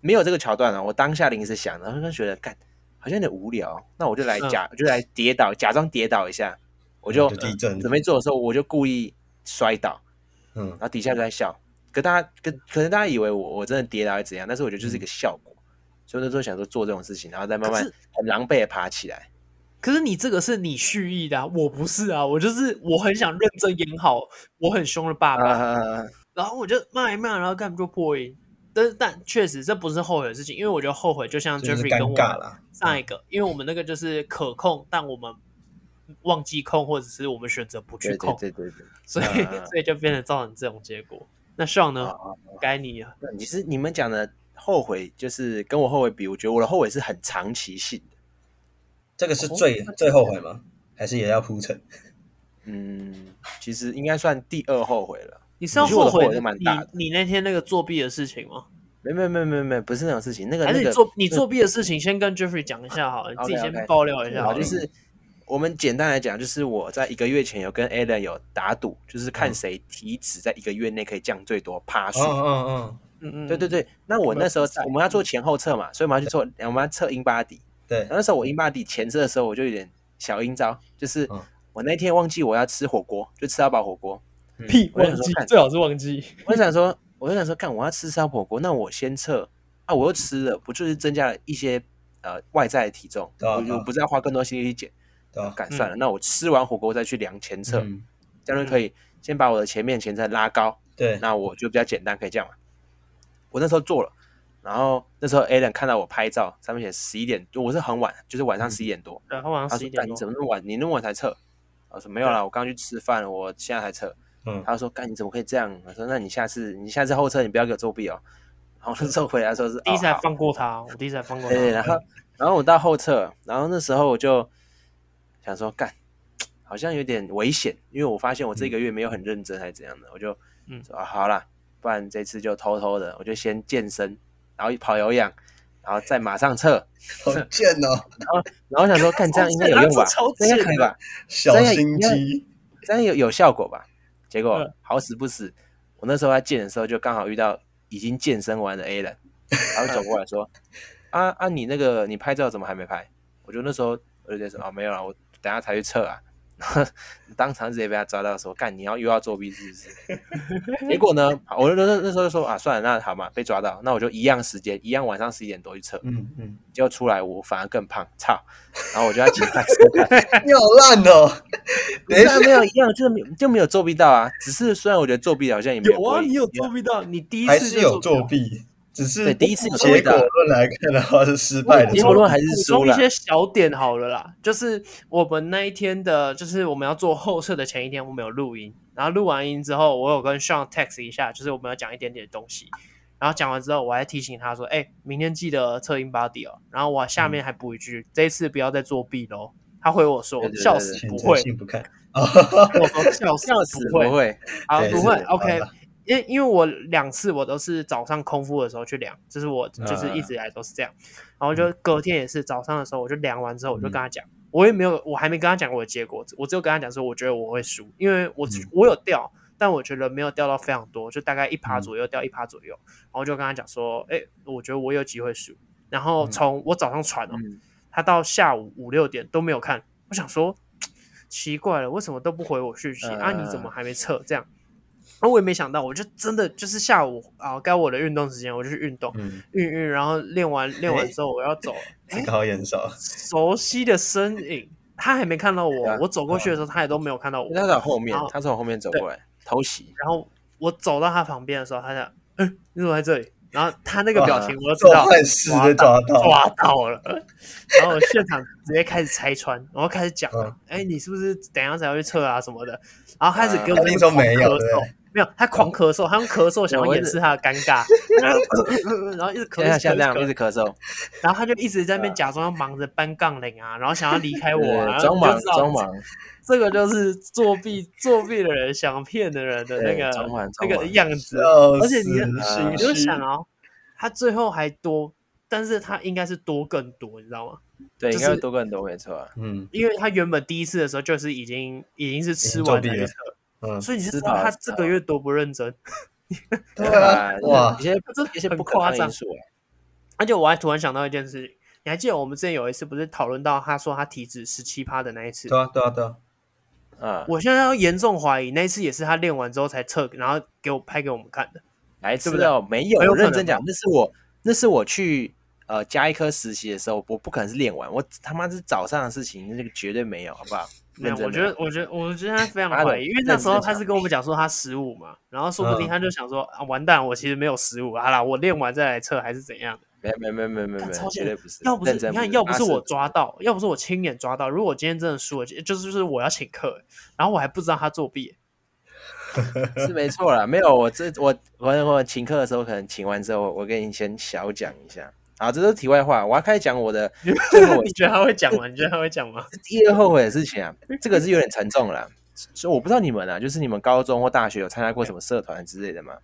Speaker 2: 没有这个桥段啊，我当下临时想，然后就觉得干好像有点无聊，那我就来
Speaker 1: 嗯
Speaker 2: 假、就来跌倒，假装跌倒一下，我就、
Speaker 3: 就地震
Speaker 2: 准备做的时候，我就故意摔倒，
Speaker 3: 嗯
Speaker 2: 然后底下就在笑。可大家可可能大家以为我我真的跌倒还是怎样，但是我觉得就是一个效果，所以那时候想说做这种事情，然后再慢慢
Speaker 1: 嗯可是
Speaker 2: 很狼狈的爬起来。
Speaker 1: 可是你这个是你蓄意的、啊，我不是啊，我就是我很想认真演好我很凶的爸爸，
Speaker 2: 啊，
Speaker 1: 然后我就骂一骂，然后干就破音。但是但确实这不是后悔的事情，因为我觉得后悔就像
Speaker 3: 就是
Speaker 1: Jeffrey
Speaker 3: 尴
Speaker 1: 跟我
Speaker 3: 尬
Speaker 1: 们
Speaker 3: 啦。
Speaker 1: 上一个，因为我们那个就是可控，但我们忘记控，或者是我们选择不去
Speaker 2: 对
Speaker 1: 控
Speaker 2: 对，对对对。
Speaker 1: 所以
Speaker 2: 啊
Speaker 1: 所以就变成造成这种结果。那 Sean 呢
Speaker 2: 啊？
Speaker 1: 该你了。
Speaker 2: 那其实你们讲的后悔，就是跟我后悔比，我觉得我的后悔是很长期性的。
Speaker 3: 这个是最最后悔吗？还是也要铺陈？
Speaker 2: 嗯，其实应该算第二后悔了。
Speaker 1: 你是要
Speaker 2: 其实我
Speaker 1: 后
Speaker 2: 的后
Speaker 1: 悔
Speaker 2: 悔是蛮大的
Speaker 1: 你你那天那个作弊的事情吗？
Speaker 2: 没没没没没，不是那种事情，那个
Speaker 1: 还是
Speaker 2: 那
Speaker 1: 你
Speaker 2: 个
Speaker 1: 作你作弊的事情，先跟 Jeffrey 讲一下好了，你自己
Speaker 2: OK，OK
Speaker 1: 先爆料一下好
Speaker 2: 好，
Speaker 1: 了。
Speaker 2: 就是我们简单来讲，就是我在一个月前有跟 Alan 有打赌，就是
Speaker 1: 嗯
Speaker 2: 看谁体脂在一个月内可以降最多趴数。
Speaker 3: 嗯嗯嗯，
Speaker 1: 哦嗯嗯，
Speaker 2: 对对对，那我那时候我们要
Speaker 1: 嗯
Speaker 2: 做前后测嘛，所以我们要去做，我们要测英巴底。
Speaker 3: 对
Speaker 2: 然后，那时候我英巴底前测的时候，我就有点小阴招，就是
Speaker 3: 嗯
Speaker 2: 我那天忘记我要吃火锅，就吃到饱火锅。
Speaker 1: 屁
Speaker 2: 嗯我想
Speaker 1: 忘
Speaker 2: 说
Speaker 1: 记
Speaker 2: 看，
Speaker 1: 最好是忘记。
Speaker 2: 我就想说，我就想说，干，我要吃烧火锅，那我先测啊，我又吃了，不就是增加了一些呃外在的体重？
Speaker 3: 对啊
Speaker 2: 我
Speaker 3: 对啊
Speaker 2: 我不是要花更多心力去减，
Speaker 3: 对啊吧？
Speaker 2: 干算了，那我吃完火锅再去量前侧，
Speaker 3: 嗯
Speaker 2: 这样就可以先把我的前面前侧拉高，
Speaker 3: 对，
Speaker 2: 那我就比较简单，可以这样嘛。我那时候做了，然后那时候 Alan 看到我拍照，上面写十一点，我是很晚，就是晚上
Speaker 3: 嗯
Speaker 2: 十一点多，
Speaker 1: 然后晚
Speaker 2: 他
Speaker 1: 上
Speaker 2: 说
Speaker 1: 十一：“
Speaker 2: 干，
Speaker 1: 点多啊
Speaker 2: 你怎，么那么晚？你那么晚才测？”我说：“没有啦，我刚去吃饭了，我现在才测。”
Speaker 3: 嗯
Speaker 2: 他说：“干，你怎么可以这样？”我说：“那你下次，你下次后测，你不要给我作弊哦。”然后我那时候回答说是：“
Speaker 1: 第一次
Speaker 2: 哦
Speaker 1: 还
Speaker 2: 好哎
Speaker 1: 放嗯过他，我第一次还放过
Speaker 2: 对对，
Speaker 1: 他。
Speaker 2: 然后然后我到后侧，然后那时候我就想说，干，好像有点危险，因为我发现我这个月没有很认真还是怎样的，我就
Speaker 1: 嗯？
Speaker 2: 说、啊、好啦，不然这次就偷偷的，我就先健身，然后跑有氧，然后再马上测，
Speaker 3: 好贱哦，
Speaker 2: 然后我想说，干这样应该有用吧
Speaker 1: 哦 超
Speaker 2: 这应该可以吧？
Speaker 3: 小心机。
Speaker 2: 这样有有效果吧？结果
Speaker 1: 嗯
Speaker 2: 好死不死，我那时候在健的时候就刚好遇到已经健身完的 A 人，然后走过来说：“啊啊，你那个你拍照怎么还没拍？”我就那时候我就在说：“啊，没有啊，我等下才去测啊。”然后 当场直接被他抓到说：“干，你要又要作弊是不是？”结果呢，我就那那时候就说：“啊，算了，那好嘛，被抓到，那我就一样时间，一样晚上十一点多去测。
Speaker 3: 嗯嗯，”
Speaker 2: 结果出来我反而更胖，操！然后我就要请他吃饭。
Speaker 3: 你好烂哦。
Speaker 2: 等
Speaker 1: 哎
Speaker 2: 一下没有一样，就是没有就没有作弊到啊。只是虽然我觉得作弊好像也没
Speaker 1: 有
Speaker 2: 不
Speaker 1: 啊，
Speaker 2: 会
Speaker 1: 你有作弊到，你第一
Speaker 3: 还
Speaker 1: 次
Speaker 3: 是
Speaker 1: 就
Speaker 3: 有作
Speaker 1: 到。
Speaker 3: 弊，只是
Speaker 2: 对第一次有作
Speaker 3: 结
Speaker 2: 弊
Speaker 3: 果
Speaker 2: 到
Speaker 3: 论来看的话是失败的
Speaker 2: 结
Speaker 3: 作
Speaker 2: 果
Speaker 3: 弊。
Speaker 2: 论还是
Speaker 1: 补
Speaker 2: 输
Speaker 1: 充
Speaker 2: 了
Speaker 1: 一些小点好了啦，就是我们那一天的，就是我们要做后设的前一天，我们有录音，然后录完音之后，我有跟 Sean text 一下，就是我们要讲一点点东西，然后讲完之后，我还提醒他说，哎、明天记得测 in body 哦，然后我下
Speaker 2: 嗯
Speaker 1: 面还补一句，这一次不要再作弊喽。他回我说
Speaker 2: 对对对
Speaker 1: 笑死
Speaker 3: 选
Speaker 1: 不
Speaker 3: 择
Speaker 1: 会，
Speaker 3: 性不看啊，
Speaker 1: 我说笑死
Speaker 2: 笑死
Speaker 1: 不会
Speaker 2: 不，会，
Speaker 1: 啊，
Speaker 3: 对
Speaker 1: 不会
Speaker 3: 是
Speaker 1: ，OK
Speaker 3: 好吧。
Speaker 1: 因为因为我两次我都是早上空腹的时候去量，就是我就是一
Speaker 3: 嗯
Speaker 1: 直以来都是这样，然后就隔天也是早上的时候我就量完之后我就
Speaker 3: 嗯
Speaker 1: 跟他讲，我也没有我还没跟他讲我的结果，我只有跟他讲说我觉得我会输，因为我、
Speaker 3: 嗯
Speaker 1: 我有掉，但我觉得没有掉到非常多，就大概一趴
Speaker 3: 嗯
Speaker 1: 左右掉一趴左右，然后就跟他讲说，哎、我觉得我有机会输，然后
Speaker 3: 嗯
Speaker 1: 从我早上传哦，
Speaker 2: 嗯，
Speaker 1: 他到下午五六点都没有看。我想说，奇怪了，为什么都不回我讯息、
Speaker 2: 嗯
Speaker 1: 啊？你怎么还没测？这样，啊，我也没想到，我就真的就是下午啊，该我的运动时间，我就去运动，
Speaker 3: 嗯，
Speaker 1: 运运，然后练完练完之后我要走了，
Speaker 3: 这个好眼熟。
Speaker 1: 熟悉的身影，他还没看到我，
Speaker 2: 对啊
Speaker 1: 我走过去的时候，他也都没有看到我
Speaker 2: 因为。他从后面
Speaker 1: 然后，
Speaker 2: 他从后面走过来偷袭，
Speaker 1: 然后我走到他旁边的时候，他讲：“嗯，你怎么在这里？”然后他那个表情，我就知
Speaker 3: 做
Speaker 1: 道
Speaker 3: 坏事被抓到，
Speaker 1: 抓到了，然后我现场直接开始拆穿，然后开始讲
Speaker 3: 嗯，
Speaker 1: 哎、你是不是等一下才要去测啊什么的，然后开始给我
Speaker 3: 啊他
Speaker 1: 在那边
Speaker 3: 那时候没
Speaker 1: 狂咳
Speaker 3: 有对不
Speaker 1: 嗽，没有，他狂咳嗽，他用咳嗽想要掩饰他的尴尬， 然后一直咳，
Speaker 2: 现在像
Speaker 1: 一
Speaker 2: 这
Speaker 1: 直
Speaker 2: 样
Speaker 1: 咳
Speaker 2: 一直咳嗽，
Speaker 1: 然后他就一直在
Speaker 3: 嗯
Speaker 1: 那边假装要忙着搬杠铃啊，然后想要离开我、啊，然
Speaker 2: 呃
Speaker 1: 后
Speaker 2: 装
Speaker 1: 你
Speaker 2: 忙
Speaker 1: 就知道
Speaker 2: 装，忙，
Speaker 1: 这个就是作弊作弊的人想骗的人的那
Speaker 2: 对
Speaker 1: 个
Speaker 2: 装忙
Speaker 1: 那
Speaker 2: 装
Speaker 1: 个
Speaker 3: 啊
Speaker 2: 忙，
Speaker 1: 样子，
Speaker 3: 笑死
Speaker 1: 而且你啊
Speaker 3: 心
Speaker 1: 你
Speaker 3: 虚
Speaker 1: 就想哦，他最后还多但是它应该是多更多，你知道吗？
Speaker 2: 对，
Speaker 1: 就
Speaker 2: 应
Speaker 1: 是
Speaker 2: 该会多更多，没错啊。
Speaker 3: 嗯
Speaker 1: 因为他原本第一次的时候就是已经已经是吃完那一侧，
Speaker 3: 嗯，
Speaker 1: 所以你就知
Speaker 2: 吃
Speaker 1: 道
Speaker 2: 饱了
Speaker 1: 他这个月多不认真。
Speaker 3: 对啊，哇
Speaker 2: 一，些
Speaker 1: 这
Speaker 2: 一些
Speaker 1: 很
Speaker 2: 不可
Speaker 1: 夸
Speaker 2: 抗
Speaker 1: 张
Speaker 2: 因素啊，
Speaker 1: 而且我还突然想到一件事情，你还记得我们之前有一次不是讨论到他说他体脂十七趴的那一次
Speaker 3: 对？啊，对啊，对啊，
Speaker 2: 啊，
Speaker 1: 我现在要严重怀疑那一次也是他练完之后才测，然后给我拍给我们看的。
Speaker 2: 来吃
Speaker 1: 对不对
Speaker 2: 哦，没有
Speaker 1: 很有可能
Speaker 2: 认真讲，那是我那是我去呃加一科实习的时候，我不可能是练完，我他妈是早上的事情，那个绝对没有，好不好？
Speaker 1: 没有，
Speaker 2: 认
Speaker 1: 我
Speaker 2: 真没
Speaker 1: 觉
Speaker 2: 有
Speaker 1: 得，我觉得，我觉得他非常
Speaker 2: 妈的
Speaker 1: 怀疑，因为那时候
Speaker 2: 认真
Speaker 1: 他
Speaker 2: 讲
Speaker 1: 是跟我们讲说他十五嘛，然后说不定
Speaker 3: 嗯
Speaker 1: 他就想说、啊，完蛋，我其实没有十五，好啦，我练完再来测还是怎样的。
Speaker 2: 没没没没没
Speaker 1: 干
Speaker 2: 没
Speaker 1: 超，
Speaker 2: 绝
Speaker 1: 级
Speaker 2: 对不是。
Speaker 1: 要不是
Speaker 2: 认真
Speaker 1: 你看，要不
Speaker 2: 不
Speaker 1: 是我
Speaker 2: 抓，
Speaker 1: 抓到，要不是我亲眼抓到，如果我今天真的输了，就就是就是我要请客，然后我还不知道他作弊，
Speaker 2: 是没错啦，没有我这我我我请客的时候，可能请完之后，我跟你先小讲一下。好，这都是题外话，我要开始讲我的 最后悔
Speaker 1: 你觉得他会讲吗？你觉得他会讲吗？
Speaker 2: 第二后悔的事 情啊，这个是有点沉重了啦。所以我不知道你们啊，就是你们高中或大学有参加过什么社团之类的吗？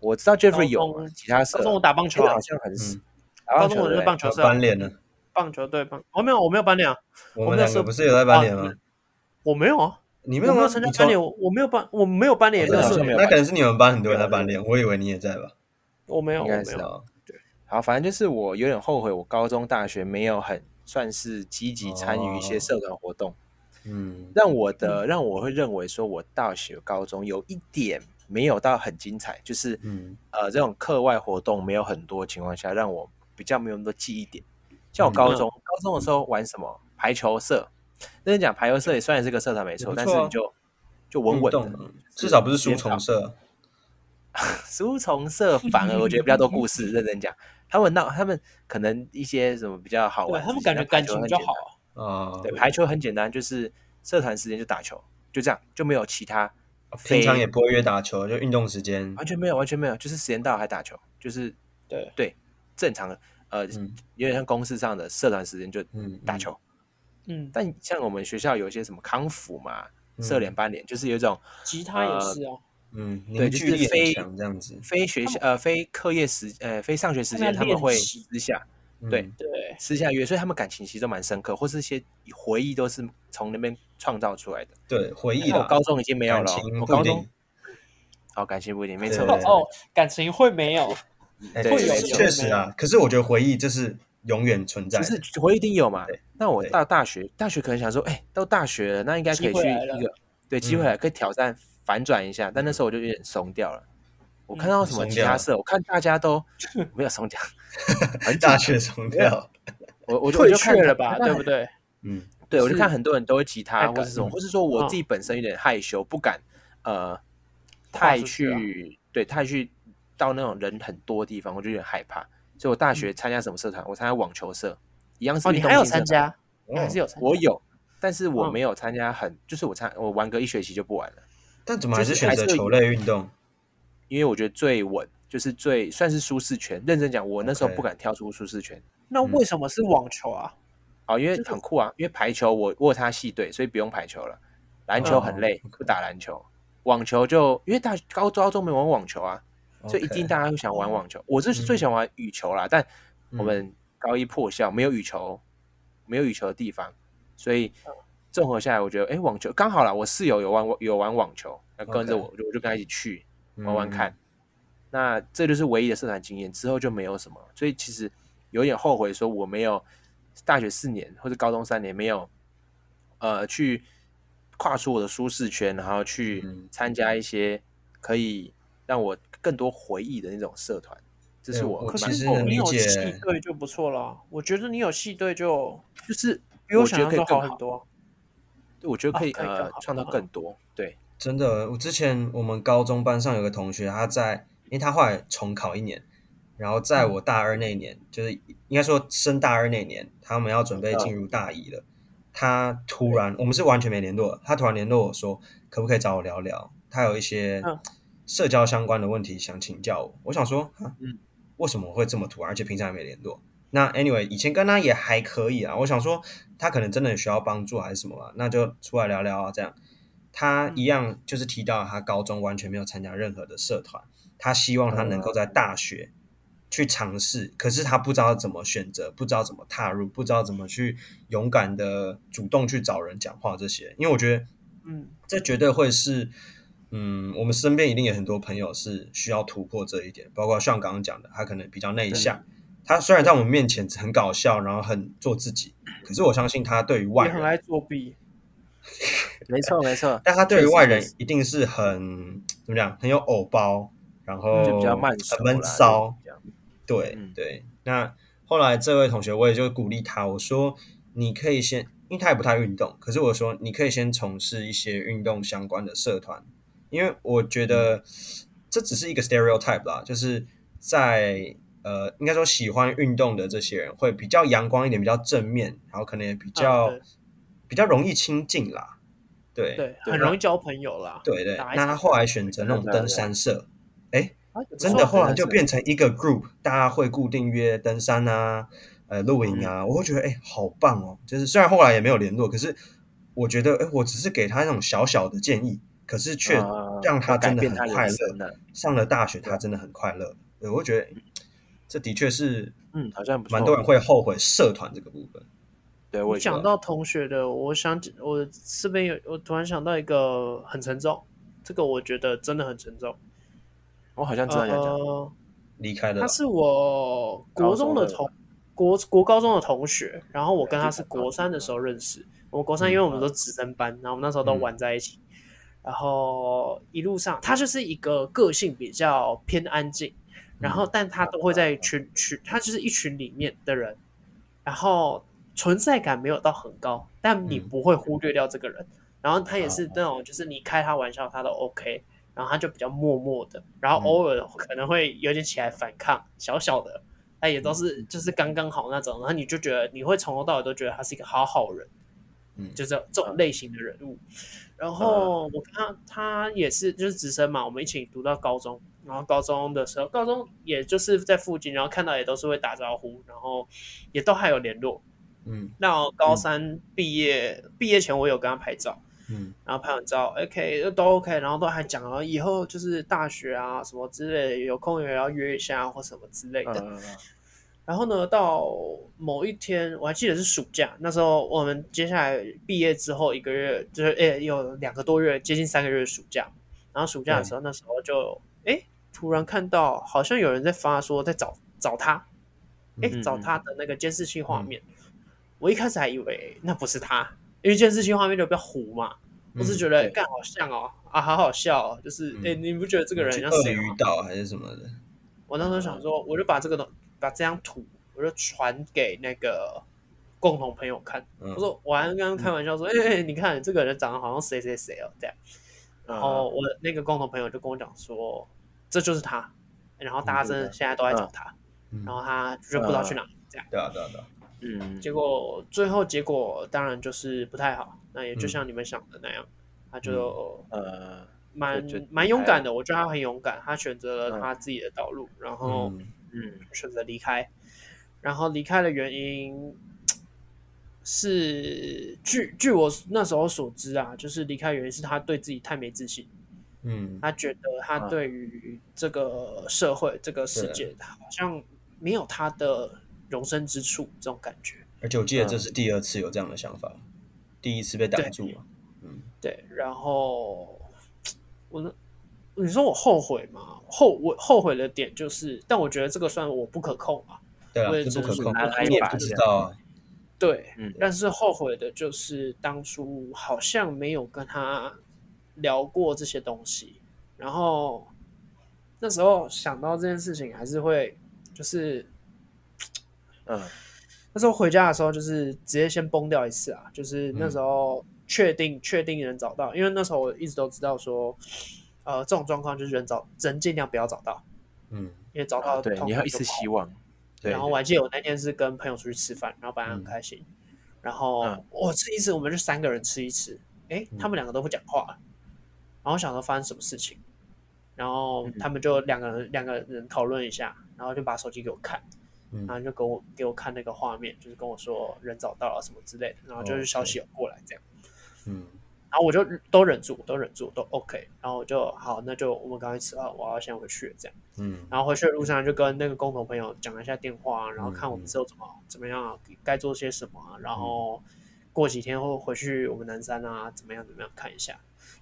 Speaker 2: 我知道 Jeffrey 有
Speaker 1: 高
Speaker 2: 嘛
Speaker 1: 中，
Speaker 2: 其他社
Speaker 1: 高中我打棒球啊
Speaker 2: 好像很少
Speaker 3: 嗯。
Speaker 2: 打
Speaker 1: 高
Speaker 2: 棒
Speaker 1: 中
Speaker 2: 球
Speaker 1: 我就
Speaker 2: 对不
Speaker 1: 是
Speaker 2: 对
Speaker 1: 棒球社啊，
Speaker 3: 班脸呢？
Speaker 1: 棒球队棒，我没有，我没有班联啊，
Speaker 3: 我
Speaker 1: 我
Speaker 3: 们
Speaker 1: 那
Speaker 3: 两
Speaker 1: 时
Speaker 3: 个
Speaker 1: 候
Speaker 3: 不是有在班脸
Speaker 1: 啊
Speaker 3: 吗？
Speaker 1: 我没有啊，
Speaker 3: 你
Speaker 1: 我
Speaker 3: 没
Speaker 1: 没有
Speaker 3: 吗？
Speaker 1: 参
Speaker 3: 你
Speaker 1: 加班
Speaker 3: 从
Speaker 1: 联，我我没有班，我没有班联，也没有
Speaker 2: 哦好
Speaker 1: 社
Speaker 2: 像
Speaker 1: 团
Speaker 2: 没有
Speaker 3: 那
Speaker 2: 班
Speaker 3: 可能是你们班很多人在班脸，我以为你也在吧？
Speaker 1: 我没有，我
Speaker 2: 应
Speaker 1: 没
Speaker 2: 该是哦
Speaker 1: 有，
Speaker 3: 啊，
Speaker 2: 好，反正就是我有点后悔，我高中、大学没有很算是积极参与一些
Speaker 3: 哦
Speaker 2: 社团活动，
Speaker 3: 嗯，
Speaker 2: 让我的让我会认为说，我大学、高中有一点没有到很精彩，就是
Speaker 3: 嗯
Speaker 2: 呃这种课外活动没有很多情况下，让我比较没有那么多记忆点。像我
Speaker 3: 嗯
Speaker 2: 高中，高中的时候玩什么排球社，认真讲排球社也算是个社团没错，
Speaker 3: 也不
Speaker 2: 但
Speaker 3: 错啊
Speaker 2: 是你就就稳
Speaker 3: 运
Speaker 2: 稳
Speaker 3: 动
Speaker 2: 的。
Speaker 3: 啊至少不是书虫社啊。
Speaker 2: 书虫社反而我觉得比较多故事，认真讲，他们闹他们可能一些什么比较好
Speaker 1: 对
Speaker 2: 玩，
Speaker 1: 他们感觉感情比较好啊，
Speaker 3: 啊，
Speaker 2: 对，排球很简单，就是社团时间就打球，就这样，就没有其他，
Speaker 3: 平常也不会约打球，就运动时间。
Speaker 2: 完全没有，完全没有，就是时间到了还打球，就是
Speaker 1: 对
Speaker 2: 对正常的，呃，
Speaker 3: 嗯
Speaker 2: 有点像公式上的社团时间就
Speaker 3: 嗯，
Speaker 2: 打球。
Speaker 1: 嗯，
Speaker 2: 但像我们学校有一些什么康复嘛、
Speaker 3: 嗯
Speaker 2: 社联、班联，就是有一种
Speaker 1: 吉他
Speaker 2: 呃
Speaker 1: 也是啊，
Speaker 3: 嗯，嗯，
Speaker 2: 对
Speaker 3: 凝
Speaker 2: 就
Speaker 3: 聚
Speaker 2: 是
Speaker 3: 力很
Speaker 2: 非
Speaker 3: 强这样子。
Speaker 2: 非学校呃非课业时呃非上学时间
Speaker 1: 他们
Speaker 2: 他们会
Speaker 1: 练习
Speaker 2: 私下
Speaker 3: 嗯
Speaker 2: 对
Speaker 1: 对，
Speaker 2: 私下约，所以他们感情其实都蛮深刻，或是一些回忆都是从那边创造出来的。
Speaker 3: 对，回忆
Speaker 2: 哎但我
Speaker 3: 啦，
Speaker 2: 高中已经没有
Speaker 3: 感
Speaker 2: 了
Speaker 3: 情，
Speaker 2: 我
Speaker 3: 不
Speaker 2: 高
Speaker 3: 一
Speaker 2: 中
Speaker 3: 定。
Speaker 2: 哦感情不一定，没错，
Speaker 3: 对
Speaker 2: 没错
Speaker 1: 哦，感情会没有，
Speaker 3: 哎
Speaker 2: 对
Speaker 3: 确
Speaker 2: 没
Speaker 3: 实
Speaker 2: 错
Speaker 3: 确实啊。可是我觉得回忆这是永远存在
Speaker 2: 只
Speaker 3: 的。
Speaker 2: 是回忆一定有嘛
Speaker 3: 对。
Speaker 2: 那我
Speaker 3: 对
Speaker 2: 到大学，大学可能想说，哎，到大学了，那应该可以
Speaker 1: 机
Speaker 2: 去
Speaker 1: 会来了
Speaker 2: 一个对机会
Speaker 3: 嗯
Speaker 2: 来，可以挑战反转一下。但那时候我就有点怂掉了。我看到什么
Speaker 3: 嗯
Speaker 2: 吉他社，我看大家都没有松掉，很紧
Speaker 3: 大学松掉。
Speaker 2: 我我就我
Speaker 1: 退
Speaker 2: 就看
Speaker 1: 却了吧，对不
Speaker 2: 对？
Speaker 1: 对？
Speaker 3: 嗯，
Speaker 2: 对，我就是看很多人都会吉
Speaker 1: 太
Speaker 2: 他
Speaker 1: 敢
Speaker 2: 或是什么，
Speaker 3: 嗯
Speaker 2: 或是说我
Speaker 1: 嗯
Speaker 2: 自己本身有点害羞，不敢呃
Speaker 1: 跨
Speaker 2: 太
Speaker 1: 出去啊
Speaker 2: 去对太去到那种人很多的地方，我就有点害怕。所以我大学参加什么社团？我参加网球社，一样是
Speaker 1: 嗯哦，
Speaker 2: 运
Speaker 1: 你
Speaker 2: 动
Speaker 1: 还有
Speaker 2: 性社
Speaker 1: 参
Speaker 2: 团？
Speaker 1: 加，你还是
Speaker 3: 哦
Speaker 1: 有参加，
Speaker 2: 我有，但是我
Speaker 1: 嗯
Speaker 2: 没有参加很，就是我参我玩个一学期就不玩了，
Speaker 3: 但怎么还是
Speaker 2: 就是
Speaker 3: 选
Speaker 2: 还
Speaker 3: 择
Speaker 2: 是有
Speaker 3: 球类运动？
Speaker 2: 因为我觉得最稳，就是最算是舒适圈。认真讲，我那时候
Speaker 3: OK
Speaker 2: 不敢跳出舒适圈。
Speaker 1: 那为什么是网球啊？
Speaker 2: 哦，因为很酷啊，因为排球我我有他系队，所以不用排球了。篮球很累，
Speaker 3: 哦，OK
Speaker 2: 不打篮球。网球就因为大高高中没玩网球啊，所以一定大家会想玩网球。我是最想玩羽球啦，但我们高一破校没有羽球，没有羽球的地方，所以综合下来，我觉得哎、诶网球刚好啦。我室友有玩有玩网球，那跟着我我就我就跟他一起去玩
Speaker 3: 嗯
Speaker 2: 玩看。那这就是唯一的社团经验，之后就没有什么。所以其实有点后悔，说我没有大学四年或者高中三年没有呃去跨出我的舒适圈，然后去
Speaker 3: 嗯
Speaker 2: 参加一些可以让我更多回忆的那种社团。这是
Speaker 3: 对
Speaker 2: 我
Speaker 3: 我
Speaker 1: 可
Speaker 2: 蛮
Speaker 1: 是
Speaker 3: 其实
Speaker 2: 后悔
Speaker 1: 哦
Speaker 3: 能
Speaker 1: 你
Speaker 3: 理
Speaker 1: 有
Speaker 3: 解
Speaker 1: 系队就不错了，我觉得你有系队就
Speaker 2: 就是
Speaker 1: 比我
Speaker 2: 觉
Speaker 1: 想
Speaker 2: 得
Speaker 1: 象
Speaker 2: 可以
Speaker 1: 中好
Speaker 2: 更
Speaker 1: 很
Speaker 2: 好，
Speaker 1: 多。
Speaker 2: 我
Speaker 3: 哦
Speaker 2: 觉得
Speaker 1: 啊
Speaker 2: 可以
Speaker 1: 可以更
Speaker 2: 呃
Speaker 1: 好
Speaker 2: 创造
Speaker 1: 嗯
Speaker 2: 更多。对，
Speaker 3: 真的，我之前我们高中班上有个同学，他在，因为他后来重考一年，然后在我大二那年，就是应该说升大二那年，他们要准备进入大一了，他突然，我们是完全没联络的，他突然联络我说，可不可以找我聊聊？他有一些
Speaker 1: 嗯
Speaker 3: 社交相关的问题想请教我，我想说，哈
Speaker 2: 嗯
Speaker 3: 为什么会这么突然？而且平常也没联络。那 anyway，以前跟他也还可以啊，我想说他可能真的有需要帮助还是什么吧，那就出来聊聊啊，这样。他一样就是
Speaker 2: 哦
Speaker 3: 提到他高中完全没有参加任何的社团，他希望他能够在大学去尝试，可是他不知道怎么选择，不知道怎么踏入，不知道怎么去勇敢的主动去找人讲话这些。因为我觉得
Speaker 1: 嗯
Speaker 3: 这绝对会是，嗯，我们身边一定有很多朋友是需要突破这一点，包括像刚刚讲的，他可能比较内向，他虽然在我们面前很搞笑，然后很做自己，可是我相信他对于外
Speaker 1: 也很
Speaker 3: 人，
Speaker 1: 爱作弊。
Speaker 2: 没错没错，
Speaker 3: 但他对于
Speaker 2: 确实
Speaker 3: 外
Speaker 2: 确
Speaker 3: 人
Speaker 2: 实
Speaker 3: 一定是很怎么讲，很有偶包，然后
Speaker 2: 就比较慢熟
Speaker 3: 很
Speaker 2: 啦
Speaker 3: 闷
Speaker 2: 就
Speaker 3: 骚，，
Speaker 2: 是这样
Speaker 3: 对
Speaker 2: 嗯
Speaker 3: 对，那后来这位同学，我也就鼓励他，我说你可以先，因为他也不太运动，可是我说你可以先从事一些运动相关的社团，因为我觉得这只是一个 stereotype 啦，就是在呃，应该说喜欢运动的这些人会比较阳光一点，比较正面，然后可能也比较、
Speaker 1: 对
Speaker 3: 比较容易亲近啦，对
Speaker 1: 对，
Speaker 2: 对
Speaker 1: 很
Speaker 2: 那
Speaker 1: 容易交朋友啦。
Speaker 3: 对对，
Speaker 1: 打一
Speaker 3: 那他
Speaker 1: 场
Speaker 3: 后来选择那种
Speaker 2: 对啊对啊
Speaker 3: 登山社，
Speaker 1: 啊也不
Speaker 3: 真
Speaker 1: 错
Speaker 3: 的
Speaker 1: 啊
Speaker 3: 后来
Speaker 2: 真的
Speaker 3: 就是变成一个 group，大家会固定约登山啊、呃露营啊，
Speaker 1: 嗯
Speaker 3: 我会觉得哎、好棒哦！就是虽然后来也没有联络，可是我觉得哎、我只是给他那种小小的建议，可是却
Speaker 2: 啊
Speaker 3: 让他
Speaker 2: 改
Speaker 3: 真的
Speaker 2: 变
Speaker 3: 很
Speaker 2: 他人
Speaker 3: 快乐。
Speaker 2: 生了
Speaker 3: 上了大学，他真的很快乐。对，我会觉得嗯这的确是
Speaker 2: 嗯，好像不错
Speaker 3: 蛮多人会后悔社团这个部分。
Speaker 2: 对
Speaker 1: 你
Speaker 2: 我也觉
Speaker 1: 讲
Speaker 2: 得
Speaker 1: 到同学的，我想起我这边有，我突然想到一个很沉重，这个我觉得真的很沉重。
Speaker 2: 我好像知道你在讲
Speaker 1: 呃，
Speaker 3: 离开了
Speaker 1: 他是我国中的同
Speaker 2: 高
Speaker 1: 国国高中的同学，然后我跟他是
Speaker 2: 对就
Speaker 1: 国三的时候认识。我国三，因为我们都直升班，然后我们那时候都玩在一起。然后一路上，他就是一个个性比较偏安静，然后但他都会在群群，他就是一群里面的人，然后存在感没有到很高，但你
Speaker 3: 嗯
Speaker 1: 不会忽略掉这个人。然后他也是那种，就是你开他玩笑，他都 OK。然后他就比较默默的，然
Speaker 3: 嗯
Speaker 1: 后偶尔可能会有点起来反抗，小小的，他也都是
Speaker 3: 嗯
Speaker 1: 就是刚刚好那种。然后你就觉得你会从头到尾都觉得他是一个好好人，
Speaker 3: 嗯
Speaker 1: 就这这种类型的人物。然后我看他他也是就是直升嘛，我们一起读到高中，然后高中的时候，高中也就是在附近，然后看到也都是会打招呼，然后也都还有联络。
Speaker 3: 嗯
Speaker 1: 那高三毕业、毕业前，我有跟他拍照，
Speaker 3: 嗯
Speaker 1: 然后拍完照，OK 都 OK，然后都还讲了以后就是大学啊什么之类的，有空也要约一下啊或什么之类的。
Speaker 2: 嗯，
Speaker 1: 然后呢，到某一天，我还记得是暑假，那时候我们接下来毕业之后一个月，就是诶、有两个多月，接近三个月的暑假。然后暑假的
Speaker 2: 嗯
Speaker 1: 时候，那时候就诶、突然看到好像有人在发说在找找他，诶、
Speaker 2: 嗯
Speaker 1: 找他的那个监视器画面。我一开始还以为那不是他，因为监视器画面就比较糊嘛，我只是觉得
Speaker 2: 对
Speaker 1: 干好像哦啊，好好笑哦，就是
Speaker 3: 嗯
Speaker 1: 诶、你不觉得这
Speaker 3: 这
Speaker 1: 个人像
Speaker 3: 鳄
Speaker 1: 谁吗
Speaker 3: 鱼？嗯岛还是什么的，
Speaker 1: 我那时候想说，我就把这个东把这张图，我就传给那个共同朋友看。
Speaker 3: 嗯
Speaker 1: 我说我还跟他们开玩笑说，哎、哎你看这个人长得好像谁谁谁哦，这样。
Speaker 3: 嗯
Speaker 1: 然后我那个共同朋友就跟我讲说，这就是他。然后大家真的现在都在找他，
Speaker 3: 嗯
Speaker 1: 然后他就不知道去哪里，这样。
Speaker 3: 对啊对啊对啊，
Speaker 2: 嗯，
Speaker 1: 结果最后结果当然就是不太好，那也
Speaker 3: 嗯
Speaker 1: 就像你们想的那样，他就
Speaker 2: 呃，
Speaker 1: 蛮
Speaker 2: 就就
Speaker 1: 蛮勇敢的，我觉得他很勇敢，他选择了
Speaker 2: 嗯
Speaker 1: 他自己的道路，然后。
Speaker 3: 嗯
Speaker 2: 嗯，
Speaker 1: 选择离开，然后离开的原因是据据我那时候所知啊，就是离开的原因是他对自己太没自信，
Speaker 3: 嗯
Speaker 1: 他觉得他
Speaker 2: 啊
Speaker 1: 对于这个社会、这个世界，他好像没有他的容身之处这种感觉。
Speaker 3: 而且我记得
Speaker 1: 嗯
Speaker 3: 这是第二次有这样的想法，第一次被挡住了。嗯
Speaker 1: 对，然后我呢，你说我后悔吗？后我后悔的点就是，但我觉得这个算我不可控啊。，
Speaker 3: 对啊
Speaker 1: 我也，
Speaker 3: 这
Speaker 1: 真
Speaker 3: 不可
Speaker 1: 是
Speaker 3: 控
Speaker 2: 拿来，
Speaker 3: 你也
Speaker 2: 打
Speaker 3: 不知
Speaker 2: 架
Speaker 3: 道啊。
Speaker 1: 对，
Speaker 2: 嗯
Speaker 1: 但是后悔的就是当初好像没有跟他聊过这些东西，然后那时候想到这件事情，还是会就是
Speaker 2: 嗯
Speaker 1: 那时候回家的时候，就是直接先崩掉一次啊，就是那
Speaker 2: 嗯
Speaker 1: 时候确定、确定人找到，因为那时候我一直都知道说，呃，这种状况就是人找人尽量不要找到，
Speaker 3: 嗯，
Speaker 1: 因为找到、
Speaker 2: 啊对，你要一丝希望，对
Speaker 1: 然后我还记得我那天是跟朋友出去吃饭，然后本来很开心，然后
Speaker 2: 嗯
Speaker 1: 我吃一次，我们就三个人吃一次，诶，他们两个都不讲话，然后想说发生什么事情，然
Speaker 2: 嗯
Speaker 1: 后他们就两个人两个人讨论一下，然后就把手机给我看，
Speaker 3: 嗯
Speaker 1: 然后就给我给我看那个啊画面，就是跟我说人找到了什么之类的，然后就是消息有过来这样，
Speaker 3: 嗯，
Speaker 1: 然然后我就都忍住，都忍住，都 OK。然后我就好，那就我们赶快吃饭，我要先回去了这样。
Speaker 3: 嗯，
Speaker 1: 然后回去的路上就跟那个工头朋友讲了一下电话，啊然后看我们之后怎么怎么样啊，该做些什么啊，然后过几天后回去我们南山啊，怎么样怎么样看一下，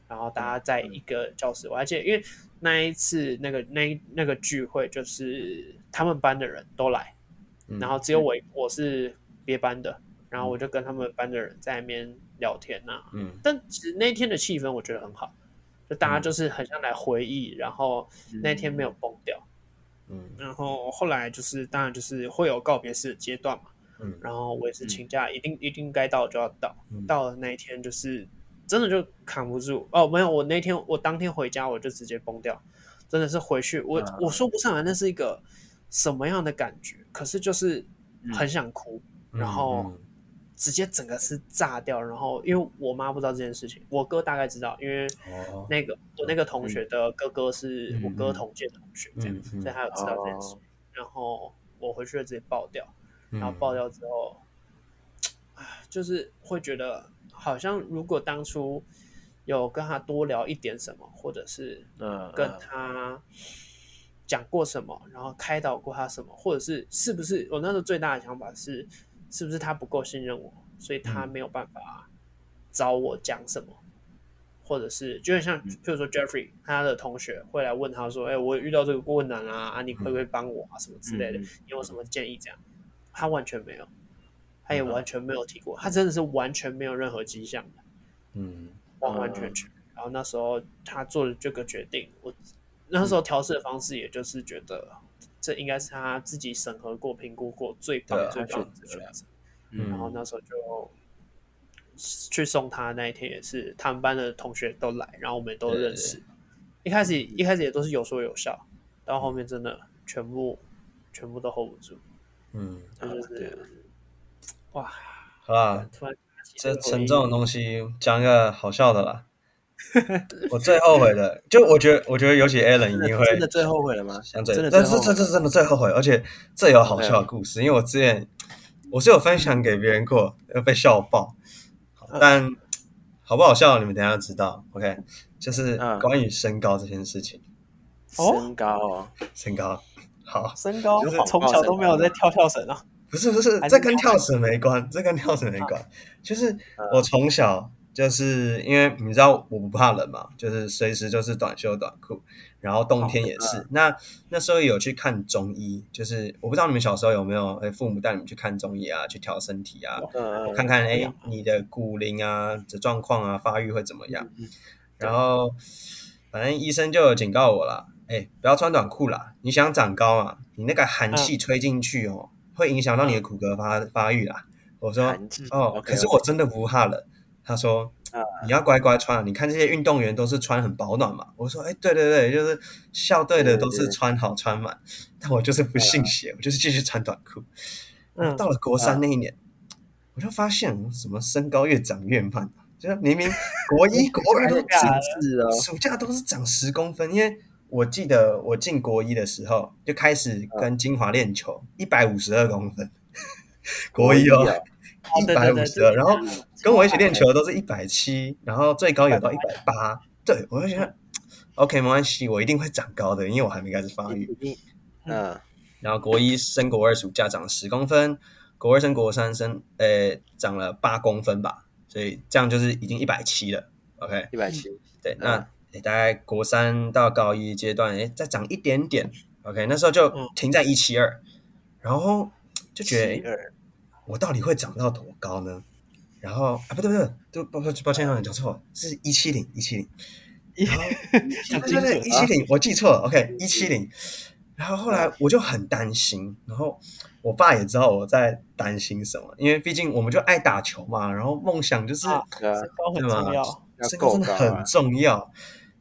Speaker 1: 然后大家在一个教室，我还记得，因为那一次那个那那个聚会就是他们班的人都来，
Speaker 3: 嗯
Speaker 1: 然后只有我我是别班的，然后我就跟他们班的人在那边聊天呐、
Speaker 3: 嗯
Speaker 1: 但其实那天的气氛我觉得很好，就大家就是很像来回忆，然后那天没有崩掉。
Speaker 3: 嗯
Speaker 1: 然后后来就是，当然就是会有告别式的阶段嘛。
Speaker 3: 嗯
Speaker 1: 然后我也是请假，一定一定该到就要到。
Speaker 3: 嗯
Speaker 1: 到了那一天，就是真的就扛不住哦，没有，我那天我当天回家我就直接崩掉，真的是回去我、
Speaker 3: 嗯
Speaker 2: 啊
Speaker 1: 我说不上来那是一个什么样的感觉，可是就是很想哭，
Speaker 3: 嗯
Speaker 1: 然后直接整个是炸掉。然后因为我妈不知道这件事情，我哥大概知道，因为
Speaker 3: 嗯哦，
Speaker 1: 那个我那个同学的哥哥是我哥同届的同学，这样，
Speaker 3: 嗯嗯嗯
Speaker 1: 所以他有知道这件事。
Speaker 2: 哦
Speaker 1: 然后我回去了直接爆掉，
Speaker 3: 然
Speaker 1: 然后爆掉之后，唉就是会觉得好像如果当初有跟他多聊一点什么，或者是
Speaker 2: 嗯，
Speaker 1: 跟
Speaker 2: 嗯
Speaker 1: 他讲过什么，然后开导过他什么，或者是是不是我那时候最大的想法是，是不是他不够信任我，所以他没有办法找我讲什么，或者是就很像，譬如说 Jeffrey 他的同学会来问他说，哎、我遇到这个困难啊，啊，你会不会帮我啊，什么之类的，
Speaker 2: 嗯嗯
Speaker 1: 你有什么建议这样？他完全没有，他也完全没有提过，他真的是完全没有任何迹象的。
Speaker 3: 嗯
Speaker 1: 完完全全。然后那时候他做了这个决定，我那时候调试的方式，也就是觉得这应该是他自己审核过、评估过最棒
Speaker 3: 对、啊
Speaker 1: 最棒
Speaker 2: 他
Speaker 1: 的
Speaker 2: 选
Speaker 1: 选择。
Speaker 3: 嗯
Speaker 1: 然后那时候就去送他那一天，也是他们班的同学都来，然后我们也都认识。一开始一开始也都是有说有笑，到后面真的全部全部都 hold 不住，
Speaker 3: 嗯，
Speaker 1: 这就是哇，
Speaker 3: 好啦，
Speaker 1: 突然想起
Speaker 3: 这
Speaker 1: 个回
Speaker 3: 沉
Speaker 1: 忆
Speaker 3: 重的东西，讲一个好笑的啦。 我最后悔的，就我觉得，我觉 得尤其 Alan 一定会
Speaker 2: 真的最后悔了吗？
Speaker 3: 想最，
Speaker 2: 真的最
Speaker 3: 但是
Speaker 2: 后
Speaker 3: 这
Speaker 2: 悔
Speaker 3: 这真的最后悔，而且这有好笑的故事，因为我之前我是有分享给别人过，又被笑爆，好
Speaker 2: 嗯
Speaker 3: 但好不好笑你们等一下就知道。OK，就是
Speaker 2: 嗯
Speaker 3: 关于身高这件事情，
Speaker 1: 哦
Speaker 2: 身高哦，
Speaker 3: 身高好，
Speaker 1: 身高
Speaker 2: 就是谎
Speaker 1: 从
Speaker 2: 报
Speaker 1: 小
Speaker 2: 身
Speaker 1: 都没有
Speaker 2: 高
Speaker 1: 在
Speaker 2: 吗
Speaker 1: 跳跳绳啊。
Speaker 3: 不是不是
Speaker 1: 还，是
Speaker 3: 这跟跳绳没关，这跟跳绳没关。
Speaker 1: 嗯
Speaker 3: 就是我从小就是因为你知道我不怕冷嘛，就是随时就是短袖短裤，然后冬天也
Speaker 1: 哦嗯
Speaker 3: 是。那那时候有去看中医，就是我不知道你们小时候有没有，哎，父母带你们去看中医啊，去调身体啊，
Speaker 2: 嗯嗯
Speaker 3: 看看
Speaker 1: 这
Speaker 3: 哎
Speaker 1: 样
Speaker 3: 你的骨龄啊的状况啊，发育会怎么样。
Speaker 2: 嗯
Speaker 3: 然后反正医生就有警告我啦，哎，不要穿短裤啦，你想长高啊，你那个寒
Speaker 2: 嗯
Speaker 3: 气吹进去哦，会影响到你的骨骼发发育啦。我说
Speaker 2: 韩剧
Speaker 3: 哦，
Speaker 2: OK，
Speaker 3: 可是我真的不怕冷。他说
Speaker 2: 啊
Speaker 3: 你要乖乖穿啊，你看这些运动员都是穿很保暖嘛。我说哎，对对对，就是校队的都
Speaker 2: 对对嗯
Speaker 3: 是
Speaker 2: 对
Speaker 3: 穿好穿满，但我就是不信邪，我就是继续穿短裤。
Speaker 1: 嗯
Speaker 3: 到了国三那一年，我就发现我什么身高越长越慢，就是明明 国一、国二都
Speaker 1: 假
Speaker 3: 长
Speaker 1: 的
Speaker 2: 是哦，
Speaker 3: 暑假都是长十公分，因为我记得我进国一的时候就开始
Speaker 1: 嗯
Speaker 3: 跟金华练球，一百五十二公分，国一哦，
Speaker 1: 哦
Speaker 3: 一
Speaker 1: 对
Speaker 3: 百
Speaker 1: 对
Speaker 3: 五
Speaker 1: 对
Speaker 3: 十二，啊然后跟我一起练
Speaker 1: 球。
Speaker 3: 球的都是一百七，然后最高有到一百八，对我就觉得 OK 没关系，我一定会长高的，因为我还没开始发育
Speaker 2: 一。定，嗯，
Speaker 3: 然后国一升国二暑假长了十公分，国二升国三升，呃，长了八公分吧，所以这样就是已经一百七了。OK，
Speaker 2: 一百七，
Speaker 3: 对
Speaker 2: 嗯，
Speaker 3: 那、诶大概国三到高一阶段，哎，再长一点点。OK，那时候就
Speaker 1: 嗯
Speaker 3: 停在一七二，然后就觉得
Speaker 2: 七
Speaker 3: 诶
Speaker 2: 二，
Speaker 3: 我到底会长到多高呢？然后啊，不对不对，对，抱抱抱歉，讲错了，是一七零一七零，
Speaker 1: 讲
Speaker 3: 对对对，一
Speaker 1: 清楚
Speaker 3: 七零，我记错了，OK，一七零。然后后来我就很担心，然后我爸也知道我在担心什么，因为毕竟我们就爱打球嘛，然后梦想就是
Speaker 1: 啊
Speaker 2: 对啊
Speaker 1: 身，高很
Speaker 3: 对吗
Speaker 1: 重要。
Speaker 2: 要
Speaker 3: 身高
Speaker 2: 够
Speaker 3: 真
Speaker 2: 高
Speaker 3: 的
Speaker 2: 啊
Speaker 3: 很，重要。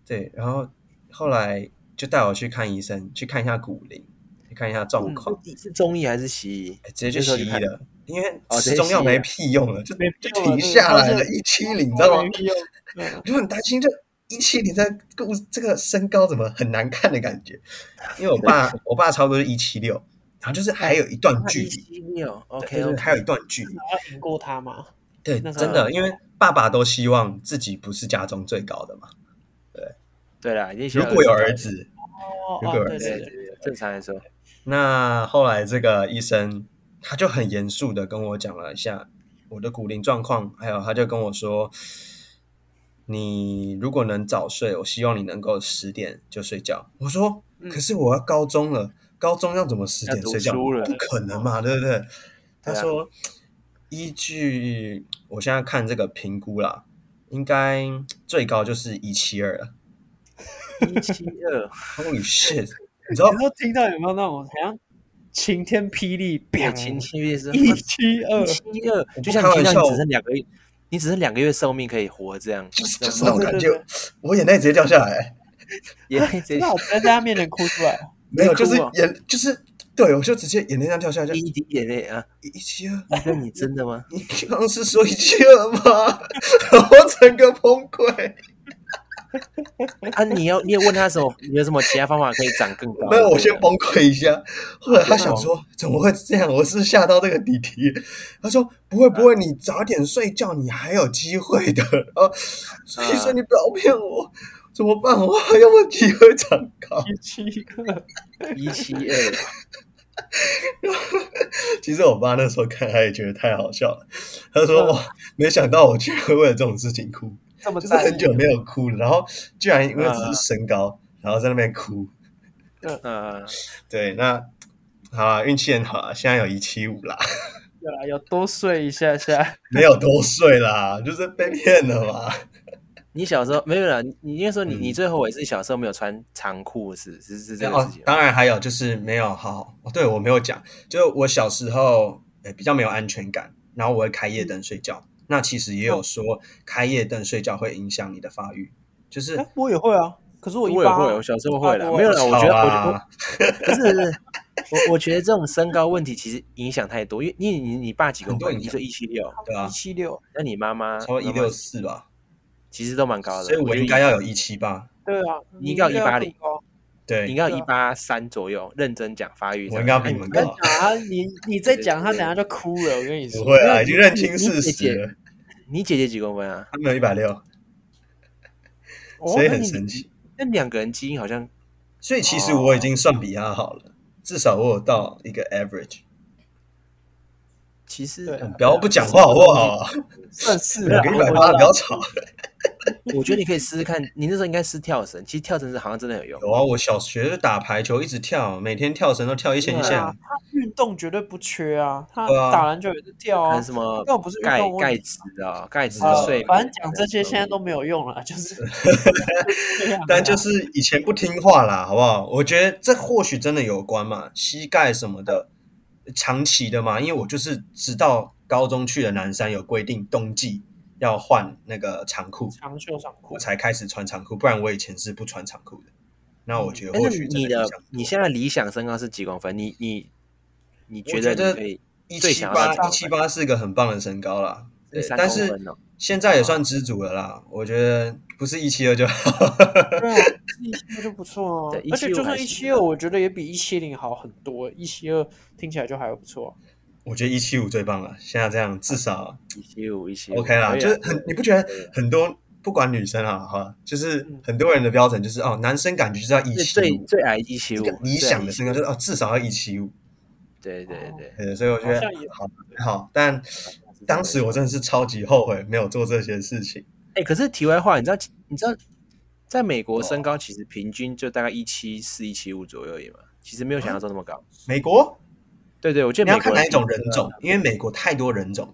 Speaker 3: 对，然后后来就带我去看医生，去看一下骨龄，去看一下状况，
Speaker 2: 是中医还是西医？
Speaker 3: 哎直接去西
Speaker 2: 嗯
Speaker 3: 医
Speaker 2: 那时
Speaker 3: 了，因为
Speaker 2: 哦直
Speaker 3: 吃
Speaker 2: 接
Speaker 3: 中药
Speaker 2: 西医啊
Speaker 3: 没屁用了，就
Speaker 1: 没
Speaker 3: 就
Speaker 1: 屁用了
Speaker 3: 停下来
Speaker 1: 对
Speaker 3: 了，
Speaker 1: 发
Speaker 3: 一七零，你知道吗？
Speaker 1: 嗯
Speaker 3: 我就很担心，这一七零在故这个身高怎么很难看的感觉？因为我 爸，我爸差不多是一七六，然后就是还有一段距
Speaker 2: 一
Speaker 3: 离，
Speaker 2: 七六
Speaker 3: 对
Speaker 2: ，OK
Speaker 3: 对对
Speaker 2: OK，
Speaker 3: 还有一段距离。
Speaker 1: 要赢过他嘛？
Speaker 3: 对，
Speaker 1: 那时候
Speaker 3: 真的，因为爸爸都希望自己不是家中最高的嘛。
Speaker 2: 对啦，一定是
Speaker 3: 如
Speaker 2: 要
Speaker 3: 果有
Speaker 2: 儿
Speaker 3: 儿
Speaker 2: 子
Speaker 3: 子，
Speaker 1: 哦
Speaker 3: 有
Speaker 1: 哦，
Speaker 3: 个
Speaker 1: 对
Speaker 3: 人
Speaker 1: 对
Speaker 2: 对
Speaker 1: 对，
Speaker 2: 对对正常来说，
Speaker 3: 那后来这个医生他就很严肃的跟我讲了一下我的骨龄状况，还有他就跟我说，你如果能早睡，我希望你能够十点就睡觉。我说，
Speaker 1: 嗯
Speaker 3: 可是我要高中了，高中要怎么十点睡觉？
Speaker 2: 要读书了
Speaker 3: 不可能嘛，对不对？他
Speaker 2: 对啊
Speaker 3: 说，依据我现在看这个评估啦，应该最高就是一七二了。
Speaker 2: 一七二
Speaker 3: Holy shit！你知 道
Speaker 1: 你说听到有没有那种好像晴天霹雳，
Speaker 2: 变
Speaker 1: 变
Speaker 2: 情绪也是
Speaker 1: 一七二
Speaker 2: 一，七二，
Speaker 3: 不
Speaker 2: 就像
Speaker 3: 开
Speaker 2: 你
Speaker 3: 玩
Speaker 2: 听
Speaker 3: 笑
Speaker 2: 到你
Speaker 3: 我
Speaker 2: 只剩两个月，你只剩两个月寿命可以活，这样
Speaker 3: 就是
Speaker 2: 这
Speaker 3: 就
Speaker 2: 样
Speaker 3: 是那种
Speaker 1: 对
Speaker 3: 感
Speaker 1: 对
Speaker 3: 觉
Speaker 1: 对，
Speaker 3: 我眼泪直接掉下来。
Speaker 2: 也可以 直接
Speaker 1: 那我直接在他面前哭出来。
Speaker 3: 没有，就是
Speaker 2: 哭啊
Speaker 3: 眼就是对，我就直接眼泪这样掉下来，就
Speaker 2: 一滴眼泪啊！
Speaker 3: 一七二。
Speaker 2: 医生，你真的 吗？
Speaker 3: 你刚刚是说一七二吗？ 然后整个崩溃。
Speaker 2: 啊，你要你也问他什么？你有什么其他方法可以长更高？啊
Speaker 3: 没有，我先崩溃一下。后来他想说，怎么会这样？我是吓到这个弟弟。他说不会不会，你早点睡觉，你还有机会的。啊，所以说你不要骗我，怎么办？我还有没有机会长高？
Speaker 1: 一七二，
Speaker 2: 一七二，
Speaker 3: 其实我爸那时候看他也觉得太好笑了，他说哇，没想到我居然会为了这种事情哭，
Speaker 1: 这么
Speaker 3: 就是
Speaker 1: 在
Speaker 3: 很
Speaker 1: 意，
Speaker 3: 久没有哭了，然后居然因为只是身
Speaker 2: 啊
Speaker 3: 高，然后在那边哭。
Speaker 2: 呃，
Speaker 3: 对，那好啦，运气很好啊，现在有一七五啦，
Speaker 1: 对啦，有多睡一下下。
Speaker 3: 没有多睡啦，就是被骗了嘛。
Speaker 2: 你小时候没有了，你你那时候你
Speaker 3: 嗯
Speaker 2: 你最后悔是小时候没有穿长裤，是是是 这个
Speaker 3: 哦
Speaker 2: 事情，啊吗。
Speaker 3: 当然还有就是没有好，哦对我没有讲，就我小时候呃比较没有安全感，然后我会开夜灯睡觉。那其实也有说开夜灯睡觉会影响你的发育，就是
Speaker 1: 哎我也会啊，可是我一
Speaker 2: 我也
Speaker 1: 八，
Speaker 2: 会，我小时候会
Speaker 1: 一八
Speaker 3: 啊
Speaker 2: 了，
Speaker 1: 多
Speaker 2: 没有啊了。我觉得，
Speaker 3: 好
Speaker 2: 我
Speaker 3: 啦
Speaker 2: 觉得不是，不是我我觉得这种身高问题其实影响太多，因为你你你爸几公
Speaker 3: 很多
Speaker 2: 分？
Speaker 3: 影
Speaker 2: 你
Speaker 3: 响
Speaker 2: 说一七六，
Speaker 3: 对啊
Speaker 1: 一，七六，
Speaker 2: 那你妈妈
Speaker 3: 差不多一
Speaker 2: 妈妈
Speaker 3: 六四吧，
Speaker 2: 其实都蛮高的，
Speaker 3: 所以我
Speaker 2: 啊觉得
Speaker 3: 应该要有一七八，
Speaker 1: 对啊，
Speaker 2: 你应该有
Speaker 1: 应该要
Speaker 2: 180
Speaker 1: 更高
Speaker 2: 你应
Speaker 3: 对，
Speaker 2: 该
Speaker 1: 对
Speaker 2: 一
Speaker 1: 啊
Speaker 2: 八三左右，认真讲发育上。
Speaker 3: 我应该比你
Speaker 2: 哎
Speaker 3: 们
Speaker 1: 不要
Speaker 3: 高
Speaker 1: 讲。啊！你你再讲，他等下就哭了。我跟你
Speaker 3: 不
Speaker 1: 说，
Speaker 3: 会啊，已经认清事实了。
Speaker 2: 你姐姐几公分啊？
Speaker 3: 他们有一百六，
Speaker 1: 哦
Speaker 3: 所以
Speaker 2: 那
Speaker 3: 很
Speaker 2: 你
Speaker 3: 神奇。
Speaker 2: 那两个人基因好像
Speaker 3: 所以其
Speaker 1: 哦
Speaker 3: 实我已经算比他好了，至少我有到一个 average。
Speaker 2: 其实
Speaker 1: 对啊
Speaker 3: 不要不讲话好不好？
Speaker 1: 算是
Speaker 3: 两
Speaker 1: 啊
Speaker 3: 个一
Speaker 1: 我
Speaker 3: 百
Speaker 1: 知
Speaker 3: 八，
Speaker 1: 道
Speaker 3: 不要吵。
Speaker 2: 我觉得你可以试试看，你那时候应该试跳绳，其实跳绳是好像真的有用。
Speaker 3: 有啊，我小学就打排球，一直跳，每天跳绳都跳一千
Speaker 1: 对
Speaker 3: 下
Speaker 1: 啊。，他运动绝对不缺啊，他
Speaker 3: 对啊
Speaker 1: 打篮球也是跳
Speaker 2: 还
Speaker 1: 啊
Speaker 2: 有，什么
Speaker 1: 那我不是运
Speaker 2: 钙
Speaker 1: 动问
Speaker 2: 钙
Speaker 1: 题
Speaker 2: 质啊，钙质
Speaker 3: 呃
Speaker 1: 啊
Speaker 2: 睡眠。
Speaker 1: 反正讲这些现在都没有用了，就是这样啊，
Speaker 3: 但就是以前不听话啦，好不好？我觉得这或许真的有关嘛，膝盖什么的，长期的嘛。因为我就是直到高中去了南山，有规定冬季要换那个长裤，
Speaker 1: 长袖长裤
Speaker 3: 我，才开始穿长裤，不然我以前是不穿长裤的。那我觉得
Speaker 2: 哎
Speaker 3: 或
Speaker 2: 那
Speaker 3: 许真
Speaker 2: 你
Speaker 3: 的
Speaker 2: 的
Speaker 3: 影响
Speaker 2: 你现在理想身高是几公分？你你你觉
Speaker 3: 我觉
Speaker 2: 你
Speaker 3: 得
Speaker 2: 可以
Speaker 3: 一
Speaker 2: 最
Speaker 3: 七
Speaker 2: 想要
Speaker 3: 八
Speaker 2: 的长
Speaker 3: 一七八是个很棒的身高啦，对
Speaker 2: 三
Speaker 3: 但
Speaker 2: 公
Speaker 3: 是
Speaker 2: 分哦？
Speaker 3: 现在也算知足了啦。我觉得不是一七二就好，
Speaker 1: 对啊，一七二就不错啊
Speaker 2: 对，
Speaker 1: 而且就
Speaker 2: 175还
Speaker 1: 算
Speaker 2: 行
Speaker 1: 一七二，我觉得也比一七零好很多，一七二听起来就还不错。啊
Speaker 3: 我觉得一七五最棒了。现在这样至少
Speaker 2: 一七五一七五
Speaker 3: OK 啦，
Speaker 2: 可以啊
Speaker 3: 就是很你不觉得
Speaker 2: 可以啊
Speaker 3: 很多不管女生啊哈，就是
Speaker 1: 嗯
Speaker 3: 很多人的标准就是哦，男生感觉就是要一
Speaker 2: 最
Speaker 3: 七
Speaker 2: 最
Speaker 3: 五，
Speaker 2: 最矮一七
Speaker 3: 一
Speaker 2: 五
Speaker 3: 个，
Speaker 2: 最
Speaker 3: 理
Speaker 2: 矮
Speaker 3: 想的身高就是哦至少要一七五，
Speaker 2: 对对对，
Speaker 3: 呃，所以我觉得
Speaker 1: 好像也
Speaker 3: 好还好，但哦当时我真的是超级后悔没有做这些事情。
Speaker 2: 哎、可是题外话，你知道你知道，在美国身高其实平均就大概一七四一七五左右而已嘛，其实没有想象中那么高。
Speaker 3: 美国
Speaker 2: 对对，我记得
Speaker 3: 啊你要
Speaker 2: 美
Speaker 3: 看
Speaker 2: 国
Speaker 3: 哪一种
Speaker 2: 平
Speaker 3: 人
Speaker 2: 均
Speaker 3: 种，因为美国太多人种了。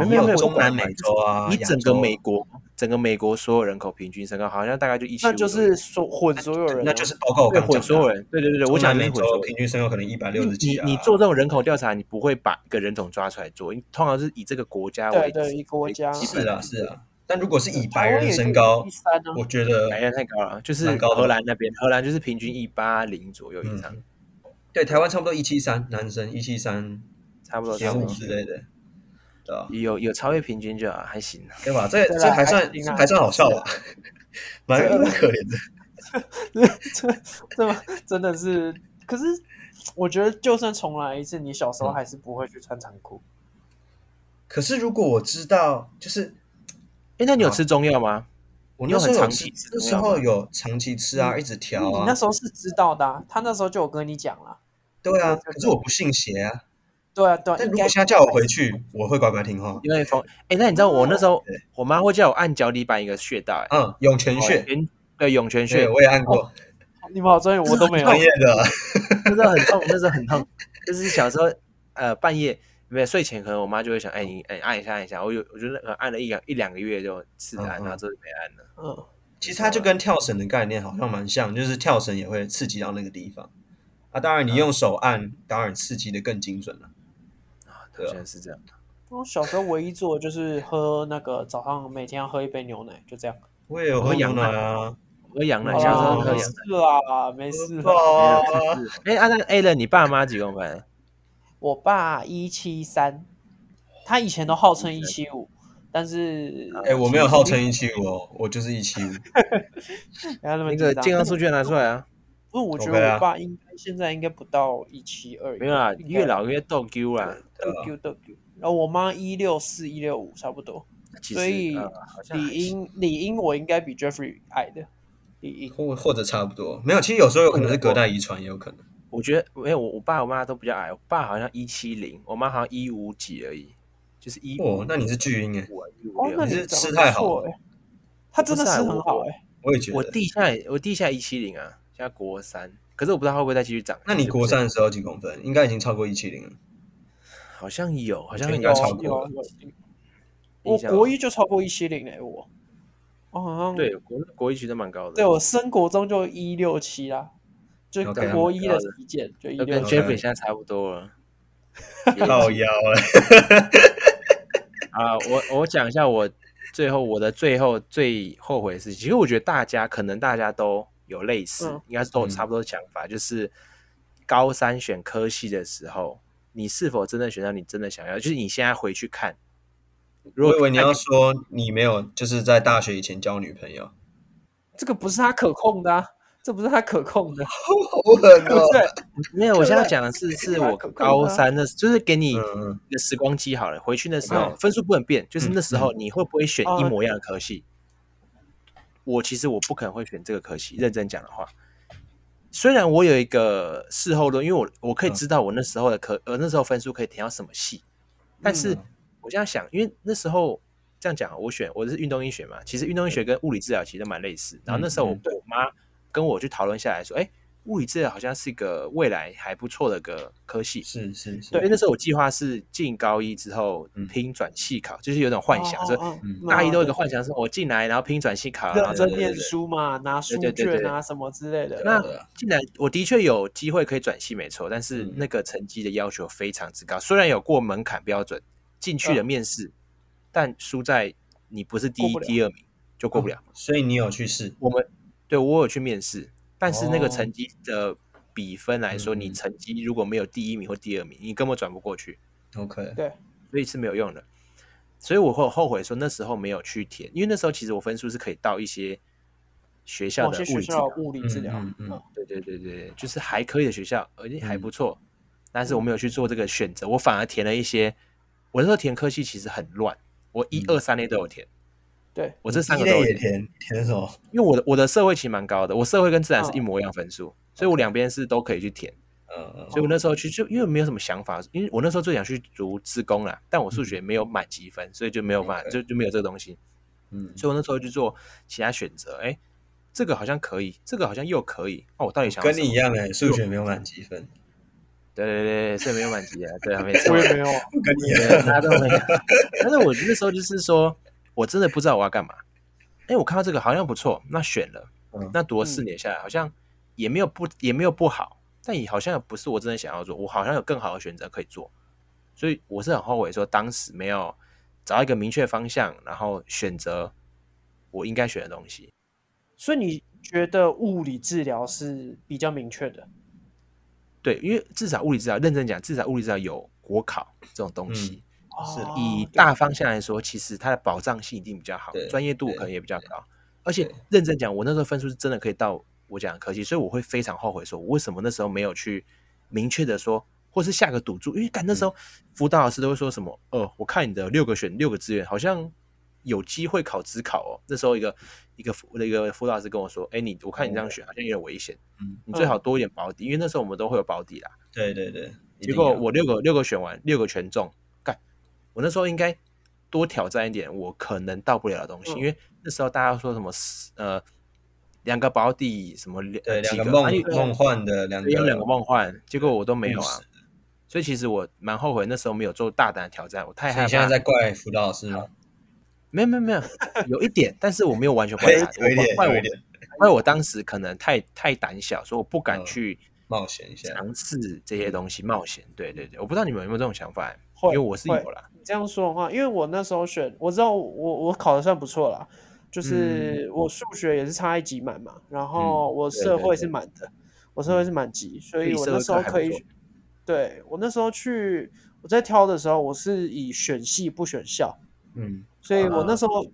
Speaker 2: 没有
Speaker 3: 你
Speaker 2: 没有没有
Speaker 3: 中南美
Speaker 2: 就是
Speaker 3: 洲啊，
Speaker 2: 你
Speaker 3: 亚
Speaker 2: 整个
Speaker 3: 洲
Speaker 2: 美国整个美国所有人口平均身高好像大概就一七五，
Speaker 1: 那就是所混所有人啊，
Speaker 3: 那就是包括我
Speaker 2: 对
Speaker 3: 刚
Speaker 2: 混
Speaker 3: 讲
Speaker 2: 所有
Speaker 3: 的，啊
Speaker 2: 人，对对对对，我
Speaker 3: 中
Speaker 2: 讲的
Speaker 3: 南美
Speaker 2: 是混
Speaker 3: 洲
Speaker 2: 所有人
Speaker 3: 平均身高可能一百六十
Speaker 2: 你
Speaker 3: 几啊。
Speaker 2: 你做这种人口调查，你不会把一个人种抓出来做，你通常是以这个国家
Speaker 1: 对
Speaker 2: 为
Speaker 1: 对，一国家
Speaker 2: 基
Speaker 3: 是
Speaker 2: 本
Speaker 3: 啊
Speaker 2: 的
Speaker 3: 是啊，但如果是以白人身高
Speaker 1: 一，三啊，
Speaker 3: 我觉得
Speaker 2: 白哎人太高了，就是
Speaker 3: 蛮高的嗯
Speaker 2: 荷兰那边，荷兰就是平均一八零左右以上，
Speaker 3: 对台湾差不多一七三，男生一七三
Speaker 2: 差不多
Speaker 3: 七
Speaker 2: 差不
Speaker 3: 五
Speaker 2: 多
Speaker 3: 之类的，对吧？
Speaker 2: 有有超越平均就好，还行啊。
Speaker 3: 对吧？这
Speaker 1: 对啦
Speaker 3: 这还算
Speaker 1: 还行啊
Speaker 3: 还算好笑吧，蛮
Speaker 1: 这个
Speaker 2: 啊
Speaker 3: 蛮可怜的。
Speaker 1: 对吧？真的是，可是我觉得就算重来一次，你小时
Speaker 3: 嗯
Speaker 1: 候还是不会去穿长裤。
Speaker 3: 可是如果我知道，就是
Speaker 2: 哎，那你有吃中药吗？
Speaker 3: 我
Speaker 2: 你
Speaker 3: 那
Speaker 2: 有
Speaker 3: 时
Speaker 2: 很
Speaker 3: 候有
Speaker 2: 长
Speaker 3: 吃
Speaker 2: 期吃，
Speaker 3: 那
Speaker 2: 中
Speaker 3: 时
Speaker 2: 药
Speaker 3: 候
Speaker 2: 吗
Speaker 3: 有长期吃啊，一直调
Speaker 1: 你
Speaker 3: 啊
Speaker 1: 那。时候是知道的、啊，他那时候就有跟你讲了。
Speaker 3: 对啊，
Speaker 1: 这个
Speaker 3: 可是我不信邪啊。
Speaker 1: 对啊，对啊。
Speaker 3: 但
Speaker 1: 应
Speaker 3: 如
Speaker 1: 该
Speaker 3: 果现在叫我回去，我会乖乖听话。
Speaker 2: 因为风。哎，那你知道我那时候
Speaker 3: 哦对
Speaker 2: 我妈会叫我按脚底板一个穴道，哎，
Speaker 3: 嗯，涌泉
Speaker 2: 哦
Speaker 3: 穴，
Speaker 2: 涌对涌泉
Speaker 3: 对，
Speaker 2: 穴，
Speaker 3: 我也按过，
Speaker 1: 你们好专业，我都 没有。
Speaker 3: 专业的。
Speaker 2: 那时候很痛，那时候很痛，就是小时候呃半夜没有睡前，可能我妈就会想，哎、你哎、按一下按一下，我有我觉得呃按了一两一两个月就试着按，
Speaker 3: 嗯嗯
Speaker 2: 然后之后就没按了。
Speaker 1: 嗯，
Speaker 3: 其实它就跟跳绳的概念好像蛮像，就是跳绳也会刺激到那个地方。啊，当然你用手按，当然刺激的更精准了。啊
Speaker 2: 好像是这样，
Speaker 1: 我小时候唯一做的就是喝那个早上每天要喝一杯牛奶，就这样。
Speaker 3: 我也有喝牛奶啊，
Speaker 2: 喝羊奶，
Speaker 3: 哦
Speaker 2: 小时候喝
Speaker 1: 没
Speaker 2: 羊
Speaker 1: 事啦，啊没事啦。
Speaker 3: 哦，
Speaker 2: 奶。哎，阿那 A 了，你爸妈几公分？
Speaker 1: 我爸一七三，他以前都号称一七五，但是
Speaker 3: 哎、我没有号称一七五哦，我就是一七五。
Speaker 1: 不要那么
Speaker 2: 那
Speaker 1: 紧
Speaker 2: 个
Speaker 1: 张
Speaker 2: 健康数据拿出来 啊！
Speaker 1: 因为我觉
Speaker 3: OK
Speaker 1: 得
Speaker 3: 啊
Speaker 1: 我爸应该现在应该不到一七二，
Speaker 2: 没有啦，
Speaker 1: 应该
Speaker 2: 越老越逗丢啦。
Speaker 1: 都丢都丢。然后我妈一六四一六五差不多，
Speaker 2: 其
Speaker 1: 所以
Speaker 2: 实呃好像还
Speaker 1: 理应理应我应该比 Jeffrey 矮的，理应。
Speaker 3: 或或者差不多，没有，其实有时候有可能是隔代遗传，也有可能。
Speaker 2: 我觉得没有，我我爸我妈都比较矮，我爸好像一七零，我妈好像一五几而已，就是一
Speaker 3: 哦，那你是巨婴哎，
Speaker 2: 五啊一五
Speaker 1: 哦，
Speaker 2: 六
Speaker 1: 那。
Speaker 3: 你是
Speaker 1: 长得
Speaker 3: 吃
Speaker 1: 不
Speaker 3: 太好
Speaker 1: 错
Speaker 3: 了
Speaker 1: 欸，他真的
Speaker 2: 不是啊
Speaker 1: 吃很好
Speaker 2: 我
Speaker 1: 哎。
Speaker 3: 我也觉
Speaker 2: 我
Speaker 3: 得。
Speaker 2: 弟现在我弟现在一七零啊，现在国三，可是我不知道他会不会再继续长。
Speaker 3: 那你
Speaker 2: 就是
Speaker 3: 国三的时候几公分？应该已经超过一七零了。
Speaker 2: 好像有，好像
Speaker 3: 觉得
Speaker 2: 有
Speaker 3: 应该超
Speaker 2: 印
Speaker 3: 过
Speaker 1: 有
Speaker 3: 了
Speaker 1: 有，我
Speaker 2: 象
Speaker 1: 国一就超过一七零嘞，我我好像
Speaker 2: 对国国一其实蛮高的，
Speaker 1: 对我升国中就一六七啦，就
Speaker 3: OK，
Speaker 1: 国一的
Speaker 2: 蛮高的
Speaker 1: 体检就一
Speaker 2: 都跟
Speaker 1: 六
Speaker 3: 高
Speaker 1: 七。
Speaker 2: Jeffrey 现在差不多 了。也
Speaker 3: 靠腰欸了，
Speaker 2: 啊，我我讲一下我最后我的最后最后悔的事情。其实我觉得大家可能大家都有类似，
Speaker 1: 嗯
Speaker 2: 应该是都有
Speaker 3: 嗯
Speaker 2: 差不多的想法，就是高三选科系的时候，你是否真的选到你真的想要？就是你现在回去看，如
Speaker 3: 我
Speaker 2: 果
Speaker 3: 以为你
Speaker 2: 看
Speaker 3: 要说你没有，就是在大学以前交女朋友，
Speaker 1: 这个不是他可控的、啊，这不是他可控的，
Speaker 3: 好狠
Speaker 1: 对
Speaker 3: 哦
Speaker 1: 不！对？
Speaker 2: 没有，我
Speaker 1: 对
Speaker 2: 现在讲的是是我高三的，就是给你
Speaker 3: 嗯嗯，
Speaker 2: 一个时光机好了，回去那时候
Speaker 1: 嗯
Speaker 2: 分数不能变，就是
Speaker 3: 哦嗯
Speaker 2: 那时候你会不会选
Speaker 1: 哦
Speaker 2: 一模一样的科系？我其实我不可能会选这个科系，认真讲的话，虽然我有一个事后论，因为我我可以
Speaker 3: 嗯
Speaker 2: 知道我那时候的科，呃那时候分数可以填到什么系，但
Speaker 1: 嗯
Speaker 3: 嗯
Speaker 2: 是我现在想，因为那时候这样讲，我选我是运动医学嘛，其实运动医学跟物理治疗其实都蛮类似。然后那时候我
Speaker 3: 嗯
Speaker 2: 我妈跟我去讨论下来说，哎、物理治疗好像是一个未来还不错的个科系。
Speaker 3: 是是啊是，
Speaker 2: 对，因为那时候我计划是进高一之后
Speaker 3: 嗯
Speaker 2: 拼转系考，就是有种幻想，
Speaker 1: 哦
Speaker 2: 说
Speaker 1: 哦哦
Speaker 3: 嗯
Speaker 2: 大一都有一个
Speaker 1: 对
Speaker 2: 幻想，是我进来然后拼转系考，啊然后
Speaker 1: 认
Speaker 2: 再
Speaker 1: 真
Speaker 3: 对对
Speaker 1: 念
Speaker 3: 对对
Speaker 1: 书嘛，拿书
Speaker 2: 对对对
Speaker 1: 卷啊什么之类的。
Speaker 2: 那
Speaker 3: 对啊
Speaker 2: 进来，我的确有机会可以转系，没错，但是
Speaker 3: 嗯
Speaker 2: 那个成绩的要求非常之高，虽然有过门槛标准进去的面试，但输在你不是第一
Speaker 1: 嗯过不、了嗯
Speaker 2: 第二名就过不了。
Speaker 3: 啊所以你有去试，
Speaker 2: 我们对我有去面试，但是那个
Speaker 3: 哦
Speaker 2: 成绩的比分来说，
Speaker 3: 嗯
Speaker 2: 你成绩如果没有第一名或第二名，你根本转不过去，
Speaker 3: OK，
Speaker 1: 对，
Speaker 2: 所以是没有用的。所以我会后悔说那时候没有去填，因为那时候其实我分数是可以到一些学校
Speaker 1: 某些
Speaker 2: 的物
Speaker 1: 学
Speaker 2: 理治
Speaker 1: 校
Speaker 2: 疗
Speaker 1: 的物理治疗，
Speaker 3: 嗯嗯嗯
Speaker 2: 对对对对，就是还可以的学校，而且还
Speaker 3: 嗯
Speaker 2: 不错。但是我没有去做这个选择，我反而填了一些。我那时候填科系其实很乱，我一
Speaker 3: 嗯
Speaker 2: 二三类都有填，
Speaker 1: 对，
Speaker 2: 我这三
Speaker 3: 一
Speaker 2: 个都有
Speaker 3: 类也
Speaker 2: 填，
Speaker 3: 填填什么？
Speaker 2: 因为我的我的社会其实蛮高的，我社会跟自然是一
Speaker 1: 哦
Speaker 2: 模一样分数，所以我两边是都可以去填。
Speaker 3: 嗯嗯
Speaker 2: 所以我那时候去就因为没有什么想法，因为我那时候最想去读自工啦，但我数学没有满积分，所以就没有办法，
Speaker 3: 嗯 OK
Speaker 2: 就就没有这个东西。
Speaker 3: 嗯，
Speaker 2: 所以我那时候去做其他选择，哎，这个好像可以，这个好像又可以，那、我到底想要
Speaker 3: 跟
Speaker 2: 什
Speaker 3: 你
Speaker 2: 么
Speaker 3: 一样哎，数学没有满积分，
Speaker 2: 对对对，所以没有满级啊，对 啊，没错
Speaker 1: 我，也没有啊，
Speaker 3: 跟你一样，
Speaker 2: 对大家都没有。但是我那时候就是说，我真的不知道我要干嘛。哎，我看到这个好像不错，那选了，
Speaker 3: 嗯
Speaker 2: 那读了四年下来，好像也没有不也没有不好，但也好像也不是我真的想要做，我好像有更好的选择可以做，所以我是很后悔说当时没有找到一个明确方向，然后选择我应该选的东西。
Speaker 1: 所以你觉得物理治疗是比较明确的？
Speaker 2: 对，因为至少物理治疗，认真讲，至少物理治疗有国考这种东西，
Speaker 3: 是
Speaker 1: 哦
Speaker 2: 以
Speaker 1: 对
Speaker 2: 大方向来说，其实它的保障性一定比较好
Speaker 3: 对，
Speaker 2: 专业度
Speaker 3: 对
Speaker 2: 可能也比较高。而且
Speaker 3: 对
Speaker 2: 认真讲，我那时候分数是真的可以到我讲的科技，所以我会非常后悔，说我为什么那时候没有去明确的说，或是下个
Speaker 3: 嗯
Speaker 2: 赌注，因为干那时候辅导老师都会说什么，呃，我看你的六个选六个志愿，好像有机会考职考哦。那时候一个一个辅一个辅导老师跟我说，哎，你我看你这样选好像有点危险，
Speaker 3: 哦嗯
Speaker 2: 你最好多一点保底，因为那时候我们都会有保底啦。
Speaker 3: 对对对，一定
Speaker 2: 结果
Speaker 3: 要
Speaker 2: 我六个六个选完，六个全中，干！我那时候应该多挑战一点我可能到不了的东西，
Speaker 1: 嗯
Speaker 2: 因为那时候大家说什么呃两个保底什么两
Speaker 3: 对
Speaker 2: 几
Speaker 3: 两个
Speaker 2: 啊
Speaker 3: 梦
Speaker 2: 因为
Speaker 3: 梦幻的两个
Speaker 2: 有两个梦幻，结果我都没有
Speaker 3: 务
Speaker 2: 啊
Speaker 3: 实，
Speaker 2: 所以其实我蛮后悔那时候没有做大胆的挑战，我太
Speaker 3: 所以
Speaker 2: 害
Speaker 3: 你现在
Speaker 2: 怕。
Speaker 3: 在怪辅导老师吗？
Speaker 2: 没有没有没有，有一点，但是我没有完全 怪他，
Speaker 3: 有一点
Speaker 2: 我怪
Speaker 3: 有
Speaker 2: 我
Speaker 3: 一点
Speaker 2: 怪我当时可能太太胆小，所以我不敢
Speaker 3: 嗯
Speaker 2: 去
Speaker 3: 冒险一下，
Speaker 2: 尝试这些东西冒险。对对对，我不知道你们有没有这种想法，因
Speaker 1: 会
Speaker 2: 为我是有
Speaker 1: 会
Speaker 2: 啦。啊
Speaker 1: 你这样说的话，因为我那时候选，我知道我我考的算不错啦，
Speaker 2: 嗯
Speaker 1: 就是我数学也是差一级满嘛，然后我
Speaker 2: 对
Speaker 1: 社
Speaker 2: 对
Speaker 1: 会
Speaker 2: 对嗯
Speaker 1: 是满的，我社会是满级，所
Speaker 2: 所以
Speaker 1: 以我
Speaker 2: 社
Speaker 1: 那
Speaker 2: 会
Speaker 1: 时
Speaker 2: 课
Speaker 1: 候
Speaker 2: 还
Speaker 1: 可
Speaker 2: 不
Speaker 1: 以
Speaker 2: 错
Speaker 1: 选，对我那时候去我在挑的时候，我是以选系不选校，
Speaker 3: 嗯，
Speaker 1: 所以我
Speaker 2: 啊
Speaker 1: 那时候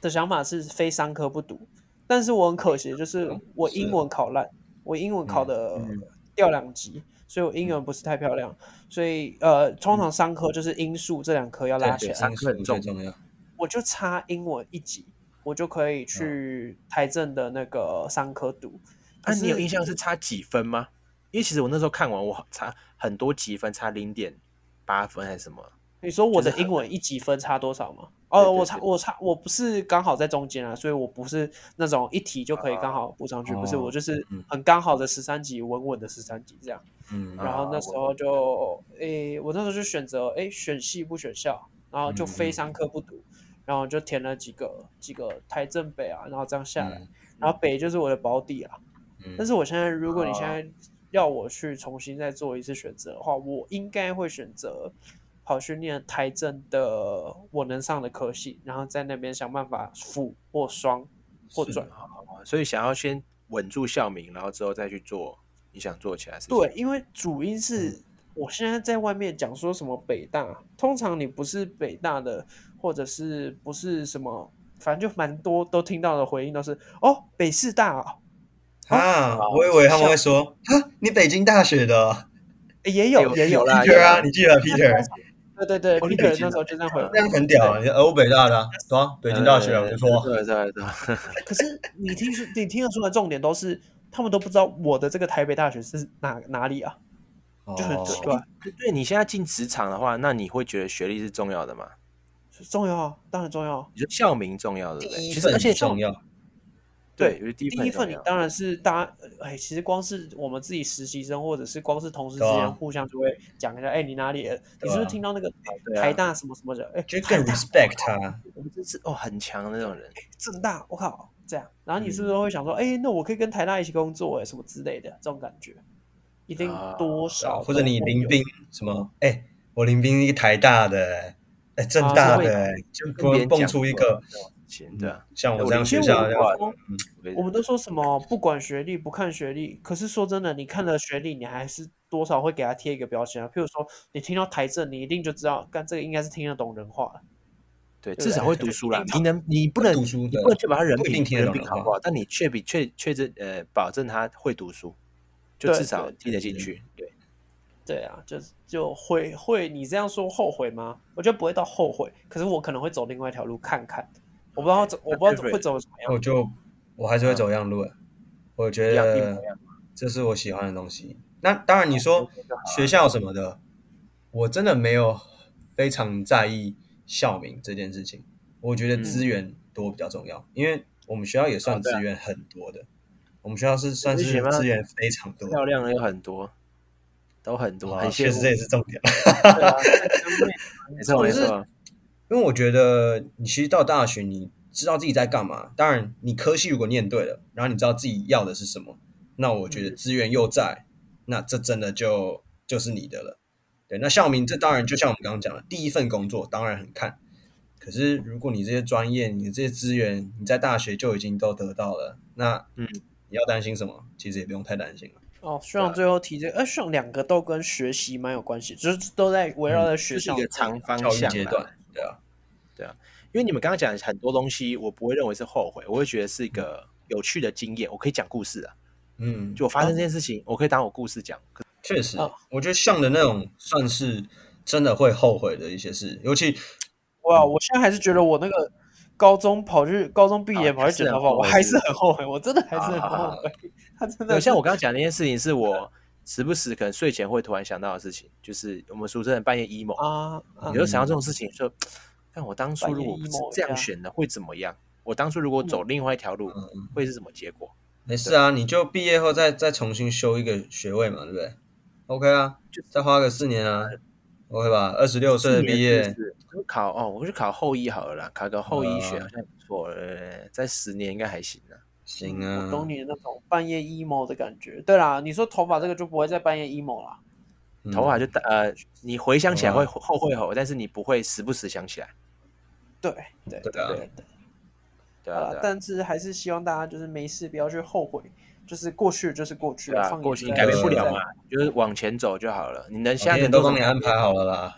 Speaker 1: 的想法是非商科不读，但是我很可惜，就是我
Speaker 3: 是
Speaker 1: 英文考烂，我英文考的
Speaker 2: 嗯
Speaker 1: 掉两级，所以我英文不是太漂亮，所以呃，通常商科就是英数这两科要拉
Speaker 2: 对
Speaker 1: 起
Speaker 2: 对
Speaker 1: 来，
Speaker 2: 上课很重
Speaker 3: 最重要，
Speaker 1: 我就差英文一级，我就可
Speaker 2: 嗯
Speaker 1: 以去台政的那个商科读。
Speaker 2: 那、
Speaker 1: 可
Speaker 2: 你有
Speaker 1: 是
Speaker 2: 印象是差几分吗？因为其实我那时候看完，我差很多几分，差零点八分还是什么？
Speaker 1: 你说我
Speaker 2: 就
Speaker 1: 的
Speaker 2: 是很
Speaker 1: 英文一级分差多少吗？
Speaker 2: 对
Speaker 1: 哦，
Speaker 2: 对
Speaker 1: 我
Speaker 2: 对
Speaker 1: 差我差我不是刚好在中间啊，所以我不是那种一题就可以
Speaker 2: 啊
Speaker 1: 刚好补上去，不是
Speaker 3: 哦
Speaker 1: 我就是
Speaker 3: 嗯
Speaker 1: 很刚好的十三级，稳稳的十三级这样。
Speaker 3: 嗯，
Speaker 2: 啊
Speaker 1: 然后那时候就诶，我那时候就选择诶选系不选校，然
Speaker 2: 嗯
Speaker 1: 后就非商科不读，然后就填了几个几个台政北啊，然后这样下
Speaker 2: 嗯
Speaker 1: 来，然后北就是我的保底啊。
Speaker 3: 嗯
Speaker 1: 但是我现在，如果你
Speaker 2: 哦
Speaker 1: 现在要我去重新再做一次选择的话，我应该会选择跑去念台政的我能上的科系，然后在那边想办法辅或双或
Speaker 3: 是
Speaker 1: 转。
Speaker 2: 哦所以想要先稳住校名，然后之后再去做你想做其他事情。
Speaker 1: 对，，因为主因
Speaker 2: 嗯
Speaker 1: 是我现在在外面讲说什么北大，通常你不是北大的，或者是不是什么，反正就蛮多都听到的回应都是哦北师大哦、
Speaker 3: 啊，我以为他们会说啊，你北京大学的哦
Speaker 1: 诶也有
Speaker 2: 有
Speaker 1: 也
Speaker 2: 有啦
Speaker 3: Peter 啊，
Speaker 2: 有
Speaker 3: 你记得 Peter，
Speaker 1: 对对对
Speaker 2: 哦你
Speaker 1: ，Peter
Speaker 2: 北京
Speaker 1: 那时候就这样回我
Speaker 3: 那样很屌，啊，你欧北大的啊，对啊，北京大学啊，不错啊，
Speaker 2: 对对对，
Speaker 1: 可是你听出你听得出来，重点都是他们都不知道我的这个台北大学是哪哪里啊，就
Speaker 2: 哦
Speaker 1: 很
Speaker 3: 哦
Speaker 1: 奇怪。
Speaker 2: 对对你现在进职场的话，那你会觉得学历是重要的吗？
Speaker 1: 重要啊，当然重要啊。
Speaker 2: 你觉得校名重要，对不对？
Speaker 3: 其
Speaker 2: 其
Speaker 3: 实
Speaker 2: 实而
Speaker 3: 很
Speaker 2: 且
Speaker 3: 重要，
Speaker 2: 对，我觉得第一
Speaker 1: 第一
Speaker 2: 份很重
Speaker 1: 份你
Speaker 2: 要啊
Speaker 1: 当然是大家，哎，其实光是我们自己实习生，或者是光是同事之
Speaker 3: 对啊
Speaker 1: 间互相就会讲一下，哎，你哪里？你是不是听到那个
Speaker 2: 对啊
Speaker 1: 台大什么什么的？哎，
Speaker 3: 就更
Speaker 1: 台大
Speaker 3: respect 他，
Speaker 2: 我们真是哦很强的那种人，
Speaker 1: 正大，我靠，这样，然后你是不是
Speaker 2: 嗯
Speaker 1: 会想说，哎，那我可以跟台大一起工作，哎，什么之类的这种感觉，一定
Speaker 2: 啊
Speaker 1: 多
Speaker 3: 对啊
Speaker 1: 少
Speaker 3: 或者你
Speaker 1: 都会
Speaker 3: 林
Speaker 1: 有
Speaker 3: 斌什么，哎，我林斌一个台大的，
Speaker 1: 啊
Speaker 3: 哎，政大的，哎就
Speaker 2: 跟别
Speaker 3: 蹦
Speaker 2: 人
Speaker 3: 蹦
Speaker 2: 讲
Speaker 3: 出一
Speaker 2: 过
Speaker 3: 个
Speaker 2: 这种事情，对啊。
Speaker 3: 像我这样
Speaker 1: 其
Speaker 3: 学
Speaker 1: 实
Speaker 3: 校
Speaker 1: 我
Speaker 3: 这
Speaker 1: 们
Speaker 3: 样嗯
Speaker 1: 都
Speaker 2: 样
Speaker 1: 说，
Speaker 2: 嗯对
Speaker 1: 我们都说什么不管学历不看学历，可是说真的，你看了学历，你还是多少会给他贴一个标签啊。譬如说，你听到台政，你一定就知道，干这个应该是听得懂人话了。
Speaker 2: 对，
Speaker 1: 对
Speaker 2: 至少会读书啦。你能，你不能，
Speaker 3: 读书
Speaker 2: 你
Speaker 3: 对
Speaker 2: 不能确保他人
Speaker 3: 不一
Speaker 2: 品
Speaker 3: 定听得
Speaker 2: 人品
Speaker 3: 懂啊人
Speaker 2: 好
Speaker 3: 话
Speaker 2: 不好，但你确比确确证呃，保证他会读书，就
Speaker 1: 对
Speaker 2: 至少
Speaker 1: 对
Speaker 2: 听得进去。对，
Speaker 1: 对啊，就是就会会，你这样说后悔吗？我觉得不会到后悔，可是我可能会走另外一条路看看。我不知道走，我不知道会走什么样
Speaker 3: 我就我还是会走一样路的，我觉
Speaker 2: 嗯一样一模
Speaker 3: 得
Speaker 2: 一样
Speaker 3: 这是我喜欢的东西。那当然，你说
Speaker 2: 啊
Speaker 3: 学校什么的，我真的没有非常在意校名这件事情。我觉得资源多比较重要，因为我们学校也
Speaker 2: 嗯
Speaker 3: 算
Speaker 2: 哦对啊
Speaker 3: 资源很多的，我们学校是算
Speaker 2: 你是学
Speaker 3: 是
Speaker 2: 吗
Speaker 3: 资源非常多的。
Speaker 2: 漂亮的有很多，都很多，
Speaker 3: 啊
Speaker 2: 很
Speaker 3: 确
Speaker 2: 羡
Speaker 3: 实这也
Speaker 2: 慕。
Speaker 3: 是重点。
Speaker 1: 对啊。
Speaker 2: 没错没
Speaker 1: 这种
Speaker 2: 错，
Speaker 3: 因为我觉得你其实到大学，你知道自己在干嘛。当然，你科系如果念对了，然后你知道自己要的是什么，那我觉得资源又在，那这真的就就是你的了。对，那校名这当然就像我们刚刚讲的，第一份工作当然很看。可是如果你这些专业、你这些资源，你在大学就已经都得到了，那
Speaker 2: 嗯，
Speaker 3: 你要担心什么？其实也不用太担心了。
Speaker 1: 哦，
Speaker 2: 啊
Speaker 1: 希望最后提这个，呃，希望两个都跟学习蛮有关系，就是都在围绕在学
Speaker 2: 嗯就是
Speaker 1: 校
Speaker 2: 一个长方
Speaker 3: 教育
Speaker 2: 向
Speaker 3: 阶
Speaker 2: 啦
Speaker 3: 段，对啊，
Speaker 2: 因为你们刚刚讲很多东西，我不会认为是后悔，我会觉得是一个有趣的经验，我可以讲故事啊。
Speaker 3: 嗯，
Speaker 2: 就我发生这件事情，我可以当我故事讲。
Speaker 3: 确实
Speaker 2: 哦
Speaker 1: 啊，
Speaker 3: 我觉得像的那种算是真的会后悔的一些事，尤其
Speaker 2: 嗯
Speaker 1: 哇，我现在还是觉得我那个高中跑去高中毕业
Speaker 2: 啊
Speaker 1: 跑去剪头发，我还
Speaker 2: 还
Speaker 1: 是
Speaker 2: 是
Speaker 1: 很后悔，我真的还是很
Speaker 2: 啊
Speaker 1: 后悔。他真的
Speaker 2: 对，像
Speaker 1: 是
Speaker 2: 我刚刚讲那件事情，是我时不时可能睡前会突然想到的事情，就是我们俗称的半夜 emo，、
Speaker 1: 啊，啊
Speaker 2: 你就想到这种事情，就看我当初如果不是
Speaker 1: 半夜 emo 啊
Speaker 2: 这
Speaker 1: 一下
Speaker 2: 样选的会怎么样？我当初如果走另外一条路，
Speaker 3: 嗯嗯
Speaker 2: 会是什么结果？
Speaker 3: 没事啊，你就毕业后再再重新修一个学位嘛，对不对？OK 啊，再花个四年啊，OK
Speaker 2: 哎
Speaker 3: 吧？二十六岁的毕
Speaker 2: 是
Speaker 3: 业，
Speaker 2: 不是我考哦，我去考后医好了啦，考个后医学
Speaker 3: 啊
Speaker 2: 好像不错，呃，在十年应该还行啊。
Speaker 3: 行
Speaker 1: 我
Speaker 3: 啊，
Speaker 1: 懂你的那种半夜 emo 的感觉。对啦，你说头发这个就不会在半夜 emo 啦。
Speaker 3: 嗯
Speaker 2: 头发就大呃，你回想起来
Speaker 1: 呃
Speaker 2: 会
Speaker 3: 好
Speaker 2: 后悔吼，但是你不会时不时想起来。
Speaker 1: 对对
Speaker 3: 对啊
Speaker 1: 对，
Speaker 2: 对
Speaker 1: 好
Speaker 2: 啊，
Speaker 1: 啦
Speaker 2: 对啊
Speaker 1: 呃但是还是希望大家就是没事不要去后悔，就是过去就是过去
Speaker 2: 对啊，
Speaker 1: 放眼
Speaker 2: 过去你
Speaker 1: 在
Speaker 2: 改变不
Speaker 1: 现
Speaker 2: 了
Speaker 1: 在
Speaker 2: 嘛，就是往前走就好了。你能
Speaker 3: 老
Speaker 2: 现在
Speaker 3: 天
Speaker 2: 能
Speaker 3: 都
Speaker 2: 做
Speaker 3: 帮你
Speaker 2: 什么
Speaker 3: 安排好了啦，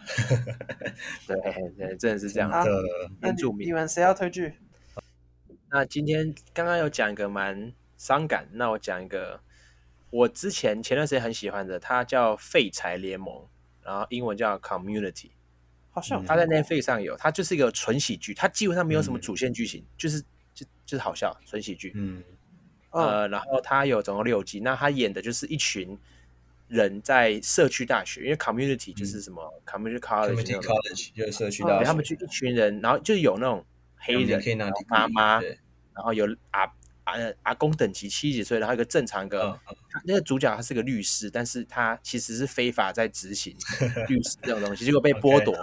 Speaker 2: 对对，真的是这样。
Speaker 1: 啊
Speaker 3: 真的
Speaker 1: 那
Speaker 2: 原
Speaker 1: 你
Speaker 2: 住民
Speaker 1: 你们谁要推剧？
Speaker 2: 那今天刚刚有讲一个蛮伤感，那我讲一个我之前前段时间很喜欢的，它叫《废柴联盟》，然后英文叫 Community，
Speaker 1: 好像有
Speaker 2: 它嗯在
Speaker 1: 看过
Speaker 2: Netflix 上有，它就是一个纯喜剧，它基本上没有什么
Speaker 3: 嗯
Speaker 2: 主线剧情，就是就就是好笑纯喜剧。
Speaker 3: 嗯
Speaker 1: 嗯
Speaker 2: 呃，然后他有总共六集，那他演的就是一群人在社区大学，因为 community 就是什么、community college
Speaker 3: ，Community
Speaker 2: 那种哦
Speaker 3: College 就是社区
Speaker 1: 嗯
Speaker 3: 大学，
Speaker 2: 对，他们去一群人，然后就有那种黑人
Speaker 3: 可以拿
Speaker 2: 然后
Speaker 3: degree，
Speaker 2: 妈妈，
Speaker 3: 对
Speaker 2: 然后有阿阿阿公等级七十几岁，然后一个正常一个、
Speaker 3: 嗯
Speaker 2: 他那个主角他是个律师，但是他其实是非法在执 行律师这种东西，结果被剥
Speaker 3: OK
Speaker 2: 夺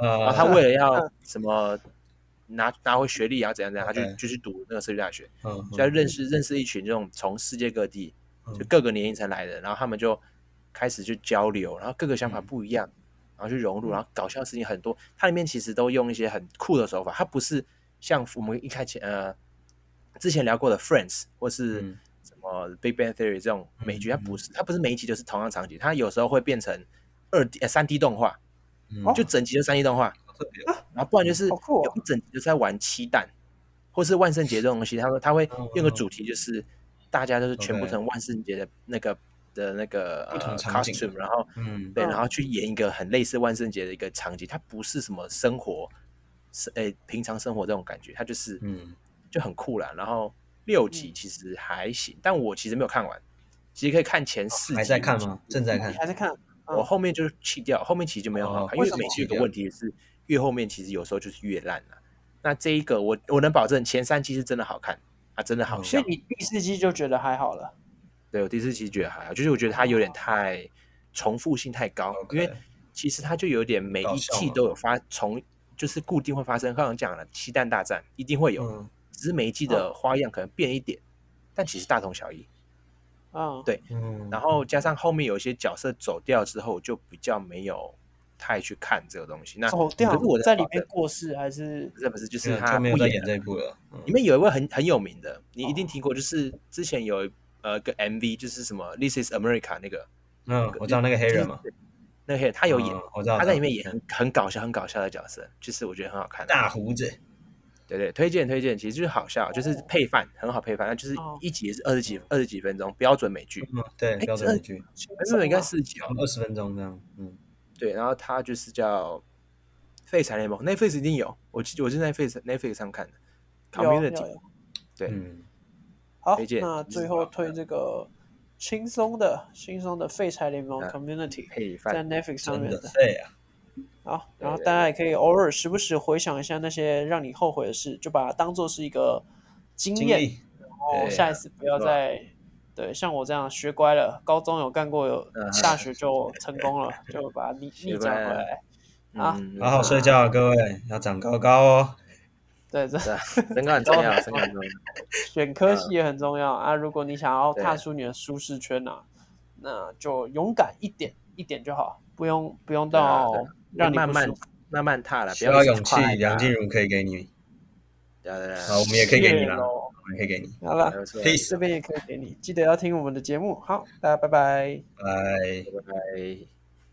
Speaker 2: 然
Speaker 3: 啊，
Speaker 2: 后哦他为了要什么拿拿回学历啊怎样怎样，他就
Speaker 3: OK
Speaker 2: 就去读那个社区大学。
Speaker 3: 嗯
Speaker 2: 就在认识认识一群这种从世界各地就
Speaker 3: 嗯
Speaker 2: 各个年龄层来的，然后他们就开始去交流，然后各个想法
Speaker 3: 嗯
Speaker 2: 不一样，然后去融入，然后搞笑的事情很多。它里面其实都用一些很酷的手法，它不是像我们一开始呃之前聊过的 Friends 或是
Speaker 3: 嗯
Speaker 2: 什么 Big Bang Theory 这种美剧，它不是它不是每一集就是同样场景，它有时候会变成二 D 呃三 D 动画，
Speaker 3: 嗯
Speaker 2: 就整集的三 D 动画，
Speaker 3: 好特别
Speaker 2: 然后不然就是
Speaker 1: 好酷哦
Speaker 2: 有一整集就是在玩七蛋，或是万圣节这种东西，他说他会用个主题，就是大家都是全部
Speaker 3: 嗯 OK
Speaker 2: 成万圣节的那个的那个
Speaker 3: 不同
Speaker 2: 呃
Speaker 3: 场景
Speaker 2: costume，然后
Speaker 3: 嗯
Speaker 2: 对，
Speaker 1: 嗯
Speaker 2: 然后去演一个很类似万圣节的一个场景，它不是什么生活是诶平常生活这种感觉，它就是
Speaker 3: 嗯
Speaker 2: 就很酷啦。然后六集
Speaker 1: 嗯
Speaker 2: 其实还行，但我其实没有看完，其实可以看前四集，
Speaker 3: 哦还在看吗？正在看
Speaker 1: 你，还在看？嗯
Speaker 2: 我后面就是弃掉，后面其实就没有很好看，
Speaker 3: 哦
Speaker 2: 因
Speaker 1: 为
Speaker 2: 为
Speaker 1: 什么
Speaker 2: 美剧有
Speaker 3: 弃
Speaker 2: 个
Speaker 3: 掉
Speaker 2: 问题是，越后面其实有时候就是越烂了、那这一个我我能保证前三期是真的好看啊，真的好
Speaker 3: 嗯
Speaker 1: 所
Speaker 2: 笑。
Speaker 1: 以你第四季就觉得还好了。
Speaker 2: 对我第四期觉得还好，就是我觉得它有点太重复性太高
Speaker 3: 哦 OK
Speaker 2: 因为其实它就有点每
Speaker 3: 搞
Speaker 2: 一
Speaker 3: 笑
Speaker 2: 季
Speaker 3: 嘛
Speaker 2: 都有发重，就是固定会发生。刚刚讲了七蛋大战一定会有，
Speaker 3: 嗯
Speaker 2: 只是每一季的花样可能变一点，但其实大同小异。
Speaker 1: 嗯，
Speaker 2: 对
Speaker 3: 嗯，
Speaker 2: 然后加上后面有一些角色走掉之后，就比较没有太去看这个东西。那
Speaker 1: 走掉
Speaker 2: 可是我
Speaker 1: 在
Speaker 2: 保
Speaker 1: 里面
Speaker 2: 证
Speaker 1: 过世还是
Speaker 2: 不是不是，就
Speaker 3: 没
Speaker 2: 是
Speaker 3: 有
Speaker 2: 他
Speaker 3: 就没有
Speaker 2: 不
Speaker 3: 在
Speaker 2: 演
Speaker 3: 演
Speaker 2: 了。
Speaker 3: 这一部了，嗯
Speaker 2: 里面有一位很很有名的，你一定
Speaker 1: 哦
Speaker 2: 听过，就是之前有一呃个 MV，就是什么《This Is America》那个
Speaker 3: 嗯，我知道那个黑人嘛，，
Speaker 2: 就是那个黑人他有演，
Speaker 3: 嗯我知道
Speaker 2: 他在里面
Speaker 3: 我知
Speaker 2: 演
Speaker 3: 道
Speaker 2: 很很搞笑、很搞笑的角色，就是我觉得很好看。
Speaker 3: 大胡子，
Speaker 2: 对对，推荐推荐，其实就是好笑，就是配饭很好配饭，那就是
Speaker 1: 哦
Speaker 2: 一集是二十几二十几分钟，标准美剧，
Speaker 3: 嗯，对，标准美剧，
Speaker 2: 没有应该四十几哦，
Speaker 3: 二十分钟这样，嗯，
Speaker 2: 对，然后它就是叫《废柴联盟》，Netflix 一定有，我记我是在 Netflix Netflix 上看
Speaker 1: 有
Speaker 2: 的
Speaker 1: 有有
Speaker 2: ，Community 对
Speaker 3: 嗯，
Speaker 1: 好
Speaker 2: 推，荐
Speaker 1: 那最后推这个轻松的、轻松的废柴联盟
Speaker 2: 嗯
Speaker 1: Community
Speaker 2: 配
Speaker 1: 在
Speaker 2: 饭，
Speaker 1: Netflix 上
Speaker 3: 真
Speaker 1: 面
Speaker 3: 的
Speaker 1: 的。
Speaker 3: 废啊，
Speaker 1: 好，然后
Speaker 2: 对对
Speaker 1: 大家也可以偶尔时不时回想一下那些让你后悔的事，就把它当做是一个经
Speaker 3: 经
Speaker 1: 验，
Speaker 3: 历，
Speaker 1: 然后
Speaker 2: 对
Speaker 1: 下一次不要
Speaker 2: 没错
Speaker 1: 再对像我这样学乖了，高中有干过，有
Speaker 2: 嗯
Speaker 1: 大学就成功了，就把它逆逆
Speaker 2: 学
Speaker 1: 转
Speaker 2: 乖
Speaker 1: 回
Speaker 2: 了
Speaker 1: 来。啊
Speaker 2: 嗯
Speaker 3: 好好睡觉啊，各位，要长高高哦。
Speaker 1: 对，这
Speaker 2: 对啊，身高很重 要，身高很重要。
Speaker 1: 选科系也很重要啊。如果你想要
Speaker 2: 嗯对
Speaker 1: 踏出你的舒适圈啊，那就勇敢一点一点就好，不用不用到
Speaker 2: 对啊对啊
Speaker 1: 让你
Speaker 2: 慢
Speaker 1: 不
Speaker 2: 慢
Speaker 1: 舒服。
Speaker 2: 慢慢踏啊了，不
Speaker 3: 需要
Speaker 2: 一直
Speaker 3: 勇气
Speaker 2: 跨啦，
Speaker 3: 梁静茹可以给你，
Speaker 2: 对啊对啊
Speaker 3: 好，我们也可以给你啦，
Speaker 1: 谢
Speaker 3: 我
Speaker 1: 咯
Speaker 3: 们也可以给你。
Speaker 1: 好
Speaker 2: 对啊
Speaker 1: 了，
Speaker 2: 没错
Speaker 3: Peace，
Speaker 1: 这边也可以给你，记得要听我们的节目。好，大家拜拜。
Speaker 3: 拜。
Speaker 2: 拜拜。